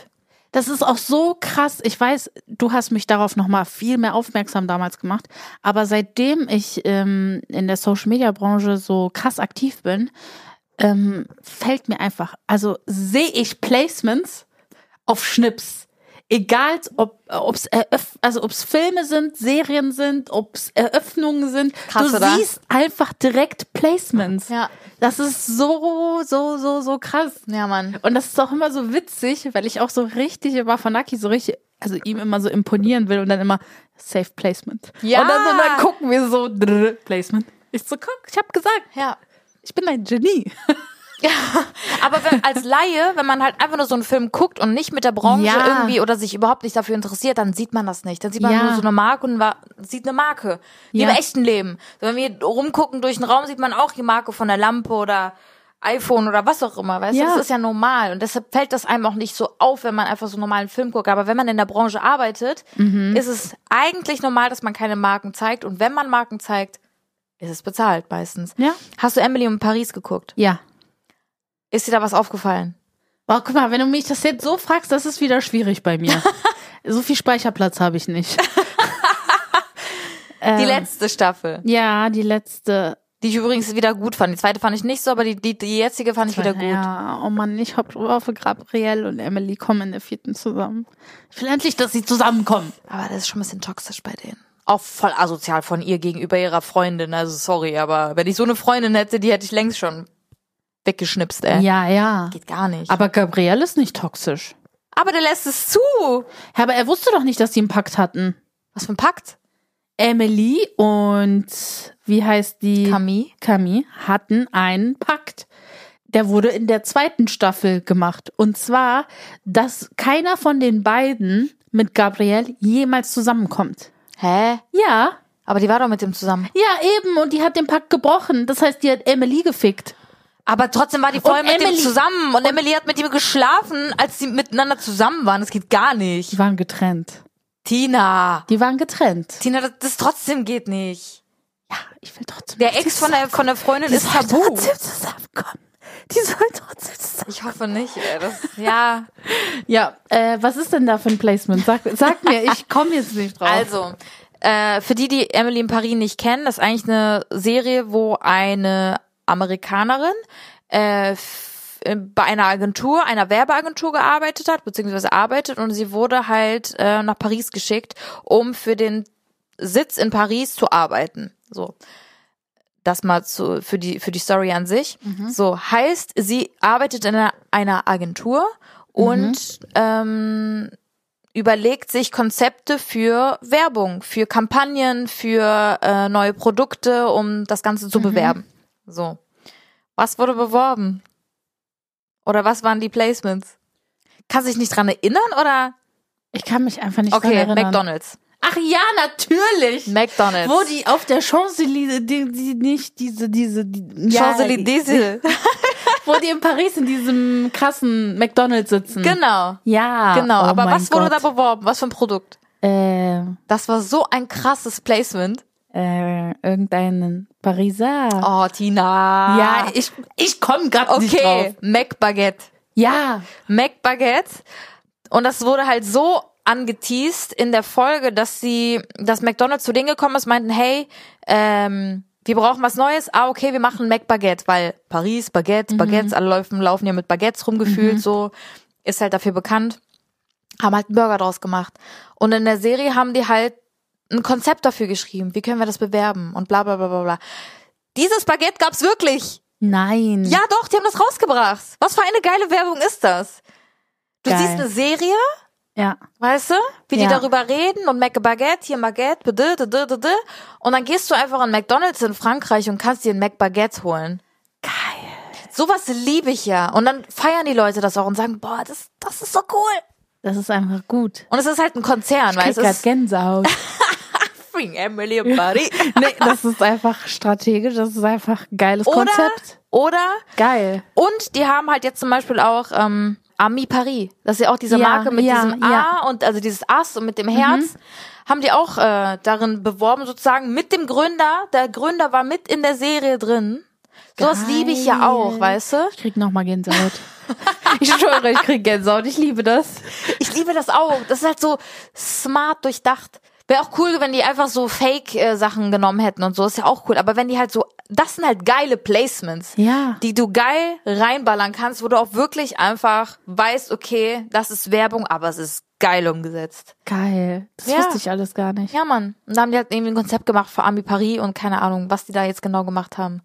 [SPEAKER 3] Das ist auch so krass. Ich weiß, du hast mich darauf nochmal viel mehr aufmerksam damals gemacht. Aber seitdem ich ähm, in der Social-Media-Branche so krass aktiv bin, ähm, fällt mir einfach, also sehe ich Placements auf Schnips. Egal, ob ob's eröff also ob's Filme sind, Serien sind, ob's Eröffnungen sind,
[SPEAKER 2] Krass,
[SPEAKER 3] du
[SPEAKER 2] oder?
[SPEAKER 3] siehst einfach direkt Placements.
[SPEAKER 2] Ja.
[SPEAKER 3] Das ist so, so, so, so krass.
[SPEAKER 2] Ja, Mann.
[SPEAKER 3] Und das ist auch immer so witzig, weil ich auch so richtig über Funaki so richtig, also ihm immer so imponieren will und dann immer Safe Placement.
[SPEAKER 2] Ja.
[SPEAKER 3] Und dann, so, dann gucken wir so drrr, Placement. Ich so, guck, ich hab gesagt,
[SPEAKER 2] Ja.
[SPEAKER 3] ich bin ein Genie.
[SPEAKER 2] Aber wenn, als Laie, wenn man halt einfach nur so einen Film guckt und nicht mit der Branche
[SPEAKER 3] Ja.
[SPEAKER 2] irgendwie oder sich überhaupt nicht dafür interessiert, dann sieht man das nicht. Dann sieht man
[SPEAKER 3] Ja.
[SPEAKER 2] nur so eine Marke und wa- sieht eine Marke. Wie
[SPEAKER 3] Ja.
[SPEAKER 2] im echten Leben. So, Wenn wir rumgucken durch den Raum, sieht man auch die Marke von der Lampe oder iPhone oder was auch immer. Weißt
[SPEAKER 3] Ja.
[SPEAKER 2] du, das ist ja normal. Und deshalb fällt das einem auch nicht so auf, wenn man einfach so einen normalen Film guckt. Aber wenn man in der Branche arbeitet,
[SPEAKER 3] Mhm.
[SPEAKER 2] ist es eigentlich normal, dass man keine Marken zeigt. Und wenn man Marken zeigt, ist es bezahlt meistens.
[SPEAKER 3] Ja.
[SPEAKER 2] Hast du Emily in Paris geguckt?
[SPEAKER 3] Ja.
[SPEAKER 2] Ist dir da was aufgefallen?
[SPEAKER 3] Boah, guck mal, wenn du mich das jetzt so fragst, das ist wieder schwierig bei mir. so viel Speicherplatz habe ich nicht.
[SPEAKER 2] Die
[SPEAKER 3] Ähm,
[SPEAKER 2] letzte Staffel.
[SPEAKER 3] Ja, die letzte.
[SPEAKER 2] Die ich übrigens wieder gut fand. Die zweite fand ich nicht so, aber die, die, die jetzige fand ich wieder gut.
[SPEAKER 3] Ja, oh Mann, ich hoffe, Gabrielle und Emily kommen in der vierten zusammen. Ich will endlich, dass sie zusammenkommen.
[SPEAKER 2] Aber das ist schon ein bisschen toxisch bei denen. Auch voll asozial von ihr gegenüber ihrer Freundin. Also sorry, aber wenn ich so eine Freundin hätte, die hätte ich längst schon weggeschnipst, ey.
[SPEAKER 3] Ja, ja.
[SPEAKER 2] Geht gar nicht.
[SPEAKER 3] Aber Gabrielle ist nicht toxisch.
[SPEAKER 2] aber der lässt es zu.
[SPEAKER 3] Ja, aber er wusste doch nicht, dass die einen Pakt hatten.
[SPEAKER 2] Was für ein Pakt?
[SPEAKER 3] Emily und wie heißt die?
[SPEAKER 2] Camille?
[SPEAKER 3] Camille hatten einen Pakt. Der wurde in der zweiten Staffel gemacht. Und zwar, dass keiner von den beiden mit Gabrielle jemals zusammenkommt.
[SPEAKER 2] Hä?
[SPEAKER 3] Ja,
[SPEAKER 2] Aber die war doch mit dem zusammen.
[SPEAKER 3] ja, eben. Und die hat den Pakt gebrochen. Das heißt, die hat Emily gefickt.
[SPEAKER 2] Aber trotzdem war die vorher
[SPEAKER 3] Und
[SPEAKER 2] mit
[SPEAKER 3] Emily-
[SPEAKER 2] dem zusammen. Und, Emily hat mit ihm geschlafen, als sie miteinander zusammen waren. Das geht gar nicht.
[SPEAKER 3] Die waren getrennt.
[SPEAKER 2] Tina.
[SPEAKER 3] Die waren getrennt.
[SPEAKER 2] Tina, das, das trotzdem geht nicht.
[SPEAKER 3] Ja, ich will trotzdem.
[SPEAKER 2] Der
[SPEAKER 3] dass die
[SPEAKER 2] Ex von der, von der Freundin
[SPEAKER 3] Die
[SPEAKER 2] ist
[SPEAKER 3] soll
[SPEAKER 2] tabu.
[SPEAKER 3] trotzdem zusammenkommen. Die soll trotzdem zusammenkommen.
[SPEAKER 2] Ich hoffe nicht. ey, Das, ja,
[SPEAKER 3] Ja, äh, was ist denn da für ein Placement? Sag, sag mir, ich komme jetzt nicht drauf.
[SPEAKER 2] also. Äh, für die, die Emily in Paris nicht kennen, das ist eigentlich eine Serie, wo eine Amerikanerin äh, f- äh, bei einer Agentur, einer Werbeagentur gearbeitet hat, beziehungsweise arbeitet und sie wurde halt äh, nach Paris geschickt, um für den Sitz in Paris zu arbeiten. So. Das mal zu, für die, für die Story an sich. So heißt, sie arbeitet in einer, einer Agentur und ähm, überlegt sich Konzepte für Werbung, für Kampagnen, für äh, neue Produkte, um das Ganze
[SPEAKER 3] Mhm.
[SPEAKER 2] zu bewerben. So. Was wurde beworben? Oder was waren die Placements? Kannst du dich nicht dran erinnern oder?
[SPEAKER 3] ich kann mich einfach nicht
[SPEAKER 2] Okay,
[SPEAKER 3] dran erinnern.
[SPEAKER 2] McDonalds.
[SPEAKER 3] Ach ja, natürlich.
[SPEAKER 2] McDonalds.
[SPEAKER 3] Wo die auf der Champs-Élysées, die, die nicht diese, diese, die, ja,
[SPEAKER 2] Champs-Élysées.
[SPEAKER 3] wo die in Paris in diesem krassen McDonalds sitzen.
[SPEAKER 2] Genau.
[SPEAKER 3] Ja.
[SPEAKER 2] Genau,
[SPEAKER 3] Hm. oh
[SPEAKER 2] aber
[SPEAKER 3] mein
[SPEAKER 2] was wurde da
[SPEAKER 3] Gott.
[SPEAKER 2] beworben? Was für ein Produkt? Das war so ein krasses Placement.
[SPEAKER 3] Äh, äh, irgendeinen Pariser.
[SPEAKER 2] Oh, Tina.
[SPEAKER 3] Ja, ich, ich komme gerade nicht
[SPEAKER 2] okay.
[SPEAKER 3] drauf.
[SPEAKER 2] McBaguette.
[SPEAKER 3] Ja.
[SPEAKER 2] McBaguette. Und das wurde halt so angeteased in der Folge, dass sie, dass McDonalds zu denen gekommen ist, meinten, hey, ähm, wir brauchen was Neues. Ah, okay, wir machen Mac-Baguette, weil Paris, Baguette, Baguettes, alle laufen, laufen ja mit Baguettes rumgefühlt, so. Ist halt dafür bekannt. Haben halt einen Burger draus gemacht. Und in der Serie haben die halt ein Konzept dafür geschrieben. Wie können wir das bewerben? Und bla, bla, bla, bla, bla. Dieses Baguette gab's wirklich.
[SPEAKER 3] Nein.
[SPEAKER 2] Ja, doch, die haben das rausgebracht. Was für eine geile Werbung ist das? Du
[SPEAKER 3] Geil.
[SPEAKER 2] siehst eine Serie,
[SPEAKER 3] Ja.
[SPEAKER 2] weißt du, wie
[SPEAKER 3] Ja.
[SPEAKER 2] die darüber reden und Mac Baguette, hier Baguette, bede, bede, bede. und dann gehst du einfach an McDonalds in Frankreich und kannst dir ein Mac Baguette holen. Geil. Sowas liebe ich ja. Und dann feiern die Leute das auch und sagen, boah, das, das ist so cool.
[SPEAKER 3] Das ist einfach gut.
[SPEAKER 2] Und es ist halt ein Konzern,
[SPEAKER 3] Ich
[SPEAKER 2] weißt
[SPEAKER 3] krieg grad
[SPEAKER 2] du?
[SPEAKER 3] Gänsehaut.
[SPEAKER 2] Bring Emily und Buddy.
[SPEAKER 3] nee, das ist einfach strategisch, das ist einfach ein geiles
[SPEAKER 2] Oder,
[SPEAKER 3] Konzept.
[SPEAKER 2] oder
[SPEAKER 3] Geil.
[SPEAKER 2] Und die haben halt jetzt zum Beispiel auch ähm, Ami Paris. Das ist ja auch diese
[SPEAKER 3] Ja,
[SPEAKER 2] Marke mit
[SPEAKER 3] ja,
[SPEAKER 2] diesem A
[SPEAKER 3] ja. Mhm.
[SPEAKER 2] und also dieses Ass und mit dem Herz. Haben die auch äh, darin beworben, sozusagen mit dem Gründer. Der Gründer war mit in der Serie drin. Sowas
[SPEAKER 3] Geil.
[SPEAKER 2] liebe ich ja auch, weißt du?
[SPEAKER 3] Ich krieg nochmal Gänsehaut. ich schwöre, ich krieg Gänsehaut. Ich liebe das.
[SPEAKER 2] Ich liebe das auch. Das ist halt so smart durchdacht. Wäre auch cool, wenn die einfach so Fake-Sachen genommen hätten und so, ist ja auch cool. Aber wenn die halt so, das sind halt geile Placements,
[SPEAKER 3] Ja.
[SPEAKER 2] die du geil reinballern kannst, wo du auch wirklich einfach weißt, okay, das ist Werbung, aber es ist geil umgesetzt.
[SPEAKER 3] Geil. Das
[SPEAKER 2] Ja.
[SPEAKER 3] wusste ich alles gar nicht.
[SPEAKER 2] Ja, Mann. Und da haben die halt irgendwie ein Konzept gemacht für Ami Paris und keine Ahnung, was die da jetzt genau gemacht haben.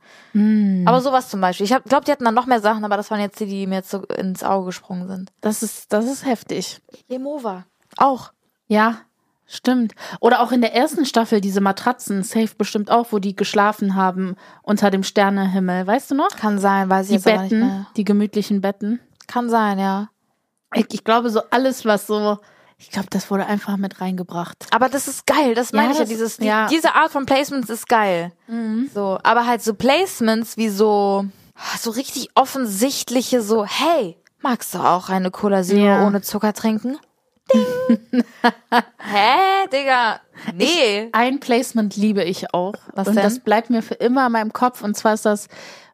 [SPEAKER 2] Aber sowas zum Beispiel. Ich glaube, die hatten dann noch mehr Sachen, aber das waren jetzt die, die mir jetzt so ins Auge gesprungen sind.
[SPEAKER 3] Das ist, das ist heftig.
[SPEAKER 2] Lemova. Auch.
[SPEAKER 3] Ja, stimmt. Oder auch in der ersten Staffel diese Matratzen, safe bestimmt auch, wo die geschlafen haben unter dem Sternehimmel. Weißt du noch?
[SPEAKER 2] Kann sein, weiß ich
[SPEAKER 3] Die
[SPEAKER 2] jetzt aber nicht
[SPEAKER 3] Betten,
[SPEAKER 2] mehr.
[SPEAKER 3] die gemütlichen Betten.
[SPEAKER 2] Kann sein, ja.
[SPEAKER 3] Ich, ich glaube, so alles, was so, ich glaube, das wurde einfach mit reingebracht.
[SPEAKER 2] Aber das ist geil, das meine ich ja.
[SPEAKER 3] das-
[SPEAKER 2] Dieses, die,
[SPEAKER 3] ja. Mhm.
[SPEAKER 2] Diese Art von Placements ist geil. So, aber halt so Placements wie so, ah, so richtig offensichtliche, so, hey, magst du auch eine Cola Zero
[SPEAKER 3] Ja.
[SPEAKER 2] ohne Zucker trinken? Ding. Hä, Digga? Nee.
[SPEAKER 3] Ein Placement liebe ich auch.
[SPEAKER 2] Was
[SPEAKER 3] und
[SPEAKER 2] denn?
[SPEAKER 3] das bleibt mir für immer in meinem Kopf. Und zwar ist das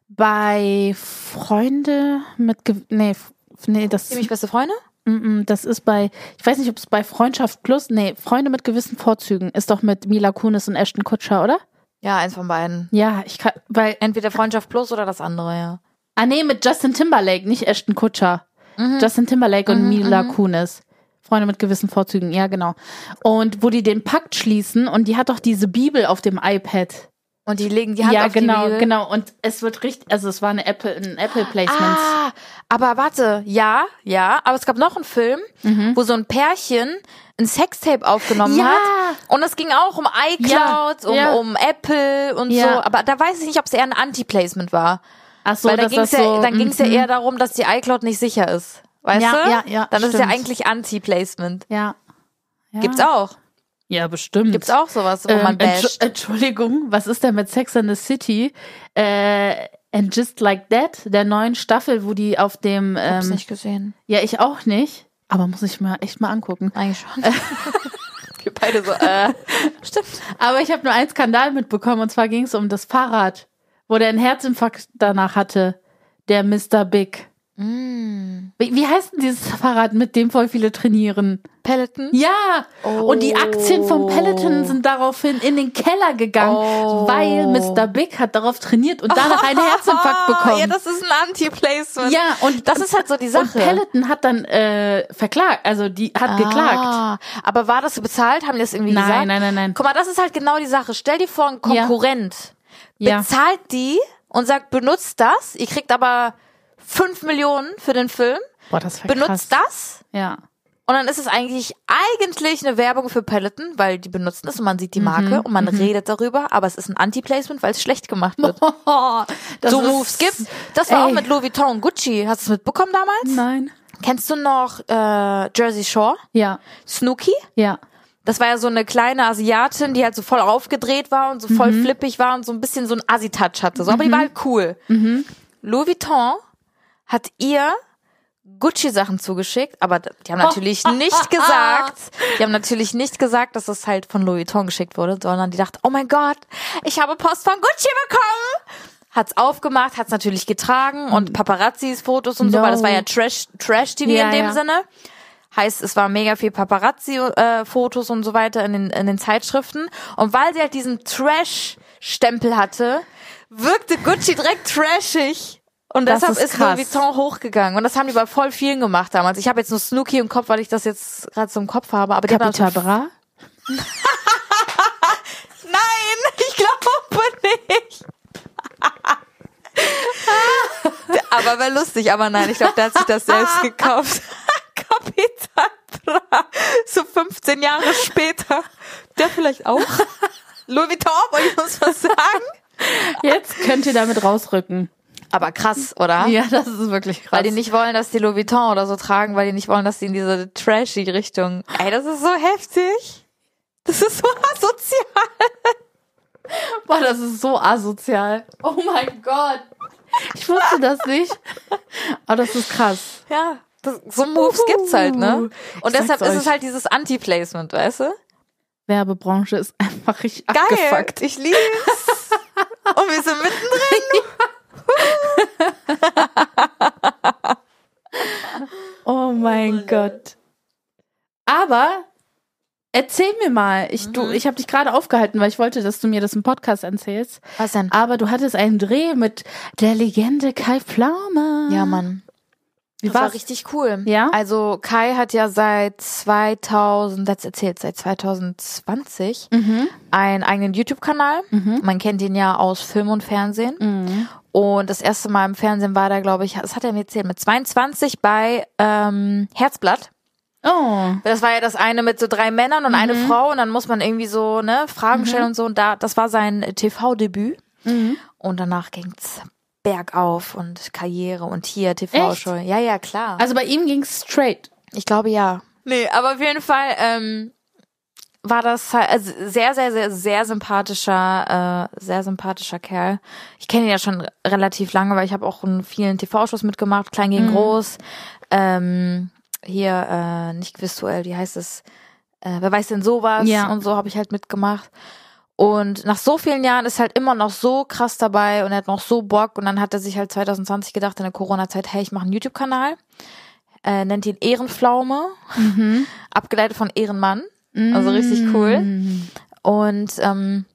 [SPEAKER 3] bei Freunde mit, Ge nee, f- nee, das
[SPEAKER 2] Ziemlich beste Freunde?
[SPEAKER 3] Mm, mm, Das ist bei, ich weiß nicht, ob es bei Freundschaft Plus, nee, Freunde mit gewissen Vorzügen ist doch mit Mila Kunis und Ashton Kutscher, oder?
[SPEAKER 2] Ja, eins von beiden.
[SPEAKER 3] Ja, ich kann, weil, äh,
[SPEAKER 2] Entweder Freundschaft plus oder das andere, ja.
[SPEAKER 3] ah nee, mit Justin Timberlake, nicht Ashton Kutscher.
[SPEAKER 2] Mhm.
[SPEAKER 3] Justin Timberlake und Mila Kunis. Freunde mit gewissen Vorzügen, ja, genau. Und wo die den Pakt schließen und die hat doch diese Bibel auf dem iPad.
[SPEAKER 2] Und die legen die Hand
[SPEAKER 3] ja,
[SPEAKER 2] auf die
[SPEAKER 3] genau,
[SPEAKER 2] Bibel.
[SPEAKER 3] genau. Und es wird richtig, also es war eine Apple, ein Apple Placement.
[SPEAKER 2] Ah, aber warte, ja, ja, aber es gab noch einen Film, wo so ein Pärchen ein Sextape aufgenommen
[SPEAKER 3] Mhm. Ja.
[SPEAKER 2] hat. Und es ging auch um iCloud,
[SPEAKER 3] Ja,
[SPEAKER 2] um,
[SPEAKER 3] ja.
[SPEAKER 2] um Apple und
[SPEAKER 3] Ja.
[SPEAKER 2] so. Aber da weiß ich nicht, ob es eher ein Anti-Placement war.
[SPEAKER 3] Ach so,
[SPEAKER 2] Weil da
[SPEAKER 3] dass
[SPEAKER 2] ging's
[SPEAKER 3] das so,
[SPEAKER 2] ja, dann ging es ja
[SPEAKER 3] mhm.
[SPEAKER 2] eher darum, dass die iCloud nicht sicher ist. Weißt
[SPEAKER 3] Ja,
[SPEAKER 2] du?
[SPEAKER 3] ja, ja,
[SPEAKER 2] dann ist es ja
[SPEAKER 3] stimmt.
[SPEAKER 2] eigentlich Anti-Placement.
[SPEAKER 3] ja. ja.
[SPEAKER 2] Gibt's auch.
[SPEAKER 3] Ja, bestimmt.
[SPEAKER 2] Gibt's auch sowas, wo
[SPEAKER 3] Ähm,
[SPEAKER 2] man
[SPEAKER 3] Entschu-
[SPEAKER 2] basht.
[SPEAKER 3] Entschuldigung, was ist denn mit Sex and the City? Äh, and Just Like That, der neuen Staffel, wo die auf dem.
[SPEAKER 2] Hab's
[SPEAKER 3] Ähm,
[SPEAKER 2] nicht gesehen.
[SPEAKER 3] ja, ich auch nicht. Aber muss ich mir echt mal angucken.
[SPEAKER 2] Eigentlich schon.
[SPEAKER 3] Äh.
[SPEAKER 2] Wir beide so, äh, stimmt.
[SPEAKER 3] Aber ich habe nur einen Skandal mitbekommen und zwar ging es um das Fahrrad, wo der einen Herzinfarkt danach hatte. Der Mr. Big.
[SPEAKER 2] Mm.
[SPEAKER 3] Wie, wie heißt denn dieses Fahrrad, mit dem voll viele trainieren?
[SPEAKER 2] Peloton?
[SPEAKER 3] Ja, und die Aktien von Peloton sind daraufhin in den Keller gegangen,
[SPEAKER 2] Oh.
[SPEAKER 3] weil Mr. Big hat darauf trainiert und danach einen Herzinfarkt bekommen.
[SPEAKER 2] Ja, das ist ein Anti-Placement.
[SPEAKER 3] Ja, und
[SPEAKER 2] das ist halt so die
[SPEAKER 3] und
[SPEAKER 2] Sache.
[SPEAKER 3] Peloton hat dann äh, verklagt, also die hat geklagt.
[SPEAKER 2] Ah, aber war das bezahlt? Haben die das irgendwie
[SPEAKER 3] Nein,
[SPEAKER 2] gesagt?
[SPEAKER 3] nein, nein, nein.
[SPEAKER 2] Guck mal, das ist halt genau die Sache. Stell dir vor, ein Konkurrent
[SPEAKER 3] Ja.
[SPEAKER 2] bezahlt die und sagt, benutzt das. Ihr kriegt aber 5 Millionen für den Film.
[SPEAKER 3] Boah, das war
[SPEAKER 2] Benutzt
[SPEAKER 3] krass.
[SPEAKER 2] das.
[SPEAKER 3] Ja.
[SPEAKER 2] Und dann ist es eigentlich eigentlich eine Werbung für Peloton, weil die benutzen es und man sieht
[SPEAKER 3] Mhm.
[SPEAKER 2] die Marke und man redet darüber, aber es ist ein Anti-Placement, weil es schlecht gemacht wird.
[SPEAKER 3] Das
[SPEAKER 2] so
[SPEAKER 3] ist-
[SPEAKER 2] Moves gibt. Das war
[SPEAKER 3] Ey. Mhm.
[SPEAKER 2] auch mit Louis Vuitton und Gucci. Hast du es mitbekommen damals?
[SPEAKER 3] Nein.
[SPEAKER 2] Kennst du noch äh, Jersey Shore?
[SPEAKER 3] Ja,
[SPEAKER 2] Snooki?
[SPEAKER 3] ja.
[SPEAKER 2] Das war ja so eine kleine Asiatin, die halt so voll aufgedreht war und so voll
[SPEAKER 3] Mhm.
[SPEAKER 2] flippig war und so ein bisschen so ein Assi-Touch hatte. So, aber die war halt cool.
[SPEAKER 3] Mhm.
[SPEAKER 2] Louis Vuitton hat ihr Gucci-Sachen zugeschickt, aber die haben natürlich nicht gesagt, die haben natürlich nicht gesagt, dass das halt von Louis Vuitton geschickt wurde, sondern die dachte, oh mein Gott, ich habe Post von Gucci bekommen. Hat's aufgemacht, hat's natürlich getragen und Paparazzis, Fotos und so,
[SPEAKER 3] Mhm. No.
[SPEAKER 2] weil das war ja Trash, Trash-TV
[SPEAKER 3] Ja,
[SPEAKER 2] in dem
[SPEAKER 3] ja.
[SPEAKER 2] Sinne. Heißt, es war mega viel Paparazzi-Fotos und so weiter in den, in den Zeitschriften. Und weil sie halt diesen Trash-Stempel hatte, wirkte Gucci direkt trashig. Und
[SPEAKER 3] Das
[SPEAKER 2] deshalb
[SPEAKER 3] ist
[SPEAKER 2] ist, Louis
[SPEAKER 3] krass.
[SPEAKER 2] Vuitton hochgegangen. Und das haben die bei voll vielen gemacht damals. Ich habe jetzt nur Snooki im Kopf, weil ich das jetzt gerade so im Kopf habe. Aber die haben
[SPEAKER 3] Capital
[SPEAKER 2] damals-
[SPEAKER 3] Bra.
[SPEAKER 2] Nein, ich glaube nicht. aber wäre lustig, aber nein, ich glaube, der hat sich das selbst gekauft. Kapital Bra. So 15 Jahre später. Der vielleicht auch. Louis Vuitton, wollte ich uns was sagen?
[SPEAKER 3] Jetzt könnt ihr damit rausrücken.
[SPEAKER 2] Aber krass, oder?
[SPEAKER 3] Ja, das ist wirklich krass.
[SPEAKER 2] Weil die nicht wollen, dass die Louis Vuitton oder so tragen, weil die nicht wollen, dass die in diese trashy Richtung. Ey, das ist so heftig. Das ist so asozial.
[SPEAKER 3] Boah, das ist so asozial. Oh mein Gott. Ich wusste das nicht. Aber das ist krass.
[SPEAKER 2] Ja, das, so Moves gibt's halt, ne? Und
[SPEAKER 3] Ich
[SPEAKER 2] deshalb
[SPEAKER 3] sag's
[SPEAKER 2] ist
[SPEAKER 3] euch.
[SPEAKER 2] es halt dieses Anti-Placement, weißt du?
[SPEAKER 3] Werbebranche ist einfach richtig
[SPEAKER 2] Geil.
[SPEAKER 3] abgefuckt.
[SPEAKER 2] Ich lieb's. Und wir sind mittendrin.
[SPEAKER 3] Oh mein Gott. Aber Erzähl mir mal. Ich, du, ich habe dich gerade aufgehalten, weil ich wollte, dass du mir das im Podcast erzählst.
[SPEAKER 2] Was denn?
[SPEAKER 3] Aber du hattest einen Dreh mit der Legende Kai Pflaume.
[SPEAKER 2] Ja, Mann.
[SPEAKER 3] Wie
[SPEAKER 2] das war
[SPEAKER 3] war's?
[SPEAKER 2] richtig cool.
[SPEAKER 3] Ja?
[SPEAKER 2] Also Kai hat ja seit 2000, das erzählt, seit 2020 einen eigenen YouTube-Kanal. Man kennt ihn ja aus Film und Fernsehen. Und das erste Mal im Fernsehen war da, glaube ich, das hat er mir erzählt, mit 22 bei ähm, Herzblatt.
[SPEAKER 3] Oh.
[SPEAKER 2] Das war ja das eine mit so drei Männern und eine Frau und dann muss man irgendwie so ne Fragen stellen und so und da das war sein äh, TV-Debüt und danach ging's bergauf und Karriere und hier TV-Show. Ja ja klar.
[SPEAKER 3] Also bei ihm ging's straight.
[SPEAKER 2] Ich glaube ja. Nee, aber auf jeden Fall ähm, war das halt, also sehr, sehr, sehr, sehr sympathischer, äh, sehr sympathischer Kerl. Ich kenne ihn ja schon relativ lange, weil ich habe auch in vielen TV-Shows mitgemacht, Klein gegen Groß. Ähm, hier, äh, nicht visuell, wie heißt es? Äh, wer weiß denn sowas?
[SPEAKER 3] Ja.
[SPEAKER 2] Und so habe ich halt mitgemacht. Und nach so vielen Jahren ist halt immer noch so krass dabei und er hat noch so Bock. Und dann hat er sich halt 2020 gedacht in der Corona-Zeit, hey, ich mache einen YouTube-Kanal äh, nennt ihn Ehrenpflaume, abgeleitet von Ehrenmann. Also richtig cool. Und ähm,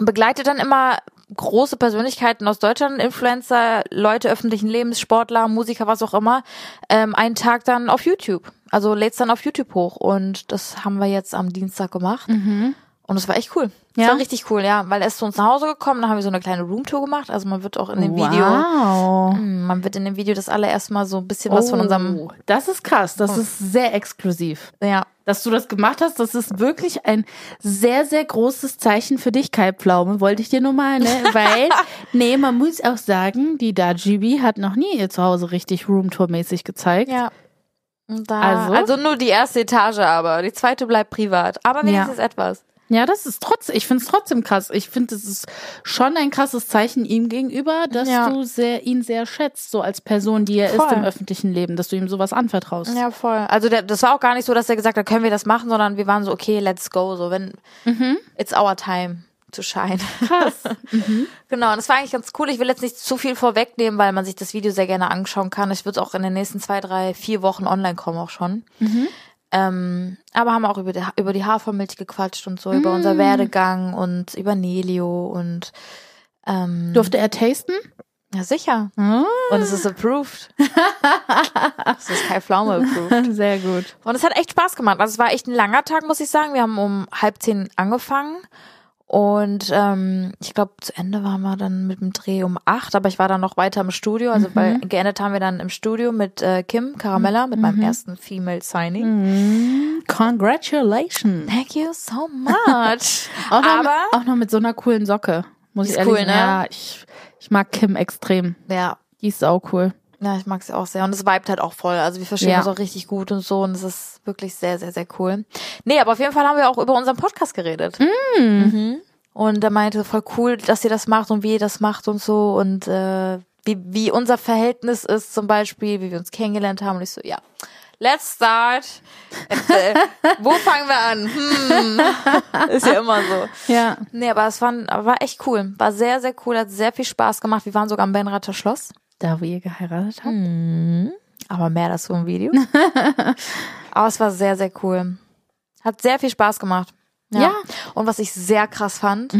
[SPEAKER 2] begleitet dann immer große Persönlichkeiten aus Deutschland, Influencer, Leute öffentlichen Lebens, Sportler, Musiker, was auch immer, ähm, einen Tag dann auf YouTube. Also lädst dann auf YouTube hoch. Und das haben wir jetzt am Dienstag gemacht. Und es war echt cool. Ja.
[SPEAKER 3] Ja?
[SPEAKER 2] war richtig cool, ja. Weil er ist zu uns nach Hause gekommen, dann haben wir so eine kleine Roomtour gemacht. Also man wird auch in dem Video,
[SPEAKER 3] Wow.
[SPEAKER 2] Hm, man wird in dem Video das allererste Mal so ein bisschen was von unserem
[SPEAKER 3] Oh, Das ist krass. Das ist sehr exklusiv.
[SPEAKER 2] Ja.
[SPEAKER 3] Dass du das gemacht hast, das ist wirklich ein sehr, sehr großes Zeichen für dich, Kai Pflaume. Wollte ich dir nur mal, ne? Weil, nee, man muss auch sagen, die Dajibi hat noch nie ihr Zuhause richtig Roomtour-mäßig gezeigt.
[SPEAKER 2] Ja. Und Da,
[SPEAKER 3] Also?
[SPEAKER 2] also? nur die erste Etage, aber die zweite bleibt privat. Aber wenigstens etwas.
[SPEAKER 3] Ja, das ist trotzdem, ich finde es trotzdem krass. Ich finde, es ist schon ein krasses Zeichen ihm gegenüber, dass
[SPEAKER 2] Ja.
[SPEAKER 3] du sehr, ihn sehr schätzt, so als Person, die er ist
[SPEAKER 2] Voll.
[SPEAKER 3] im öffentlichen Leben, dass du ihm sowas anvertraust.
[SPEAKER 2] Ja, voll. Also der, das war auch gar nicht so, dass er gesagt hat, können wir das machen, sondern wir waren so, okay, let's go. So, wenn it's our time to shine.
[SPEAKER 3] Krass.
[SPEAKER 2] genau, und das war eigentlich ganz cool. Ich will jetzt nicht zu viel vorwegnehmen, weil man sich das Video sehr gerne anschauen kann. Ich würde auch in den nächsten zwei, drei, vier Wochen online kommen auch schon. Ähm, aber haben auch über die, über die Hafermilch gequatscht und so, über unser Werdegang und über Nelio und ähm,
[SPEAKER 3] Durfte er tasten?
[SPEAKER 2] Ja, sicher. Und es ist approved. es ist Kai Pflaume approved.
[SPEAKER 3] Sehr gut.
[SPEAKER 2] Und es hat echt Spaß gemacht. Also es war echt ein langer Tag, muss ich sagen. Wir haben um halb zehn angefangen. Und ähm, ich glaube, zu Ende waren wir dann mit dem Dreh um acht, aber ich war dann noch weiter im Studio. Also weil geendet haben wir dann im Studio mit äh, Kim Caramella, mit meinem ersten Female Signing.
[SPEAKER 3] Congratulations.
[SPEAKER 2] Thank you so much.
[SPEAKER 3] Auch noch,
[SPEAKER 2] aber
[SPEAKER 3] auch noch mit so einer coolen Socke, muss
[SPEAKER 2] Die
[SPEAKER 3] ich
[SPEAKER 2] ist
[SPEAKER 3] ehrlich
[SPEAKER 2] cool,
[SPEAKER 3] sagen.
[SPEAKER 2] ne?
[SPEAKER 3] Ja, ich, ich mag Kim extrem.
[SPEAKER 2] ja,
[SPEAKER 3] Die ist sau cool.
[SPEAKER 2] Ja, ich mag's auch sehr. Und es vibet halt auch voll. Also wir verstehen
[SPEAKER 3] Ja.
[SPEAKER 2] uns auch richtig gut und so. Und es ist wirklich sehr, sehr, sehr cool. Nee, aber auf jeden Fall haben wir auch über unseren Podcast geredet. Mhm. Und er meinte, voll cool, dass ihr das macht und wie ihr das macht und so. Und äh, wie, wie unser Verhältnis ist zum Beispiel, wie wir uns kennengelernt haben. Und ich so, ja, let's start. Äh, wo fangen wir an? Hm. Ist ja immer so.
[SPEAKER 3] Ja.
[SPEAKER 2] Nee, aber es war, war echt cool. War sehr, sehr cool. Hat sehr viel Spaß gemacht. Wir waren sogar am Benrather Schloss.
[SPEAKER 3] Da, wo ihr geheiratet habt.
[SPEAKER 2] Aber mehr dazu im Video. Aber es war sehr, sehr cool. Hat sehr viel Spaß gemacht.
[SPEAKER 3] Ja. Mhm.
[SPEAKER 2] Und was ich sehr krass fand,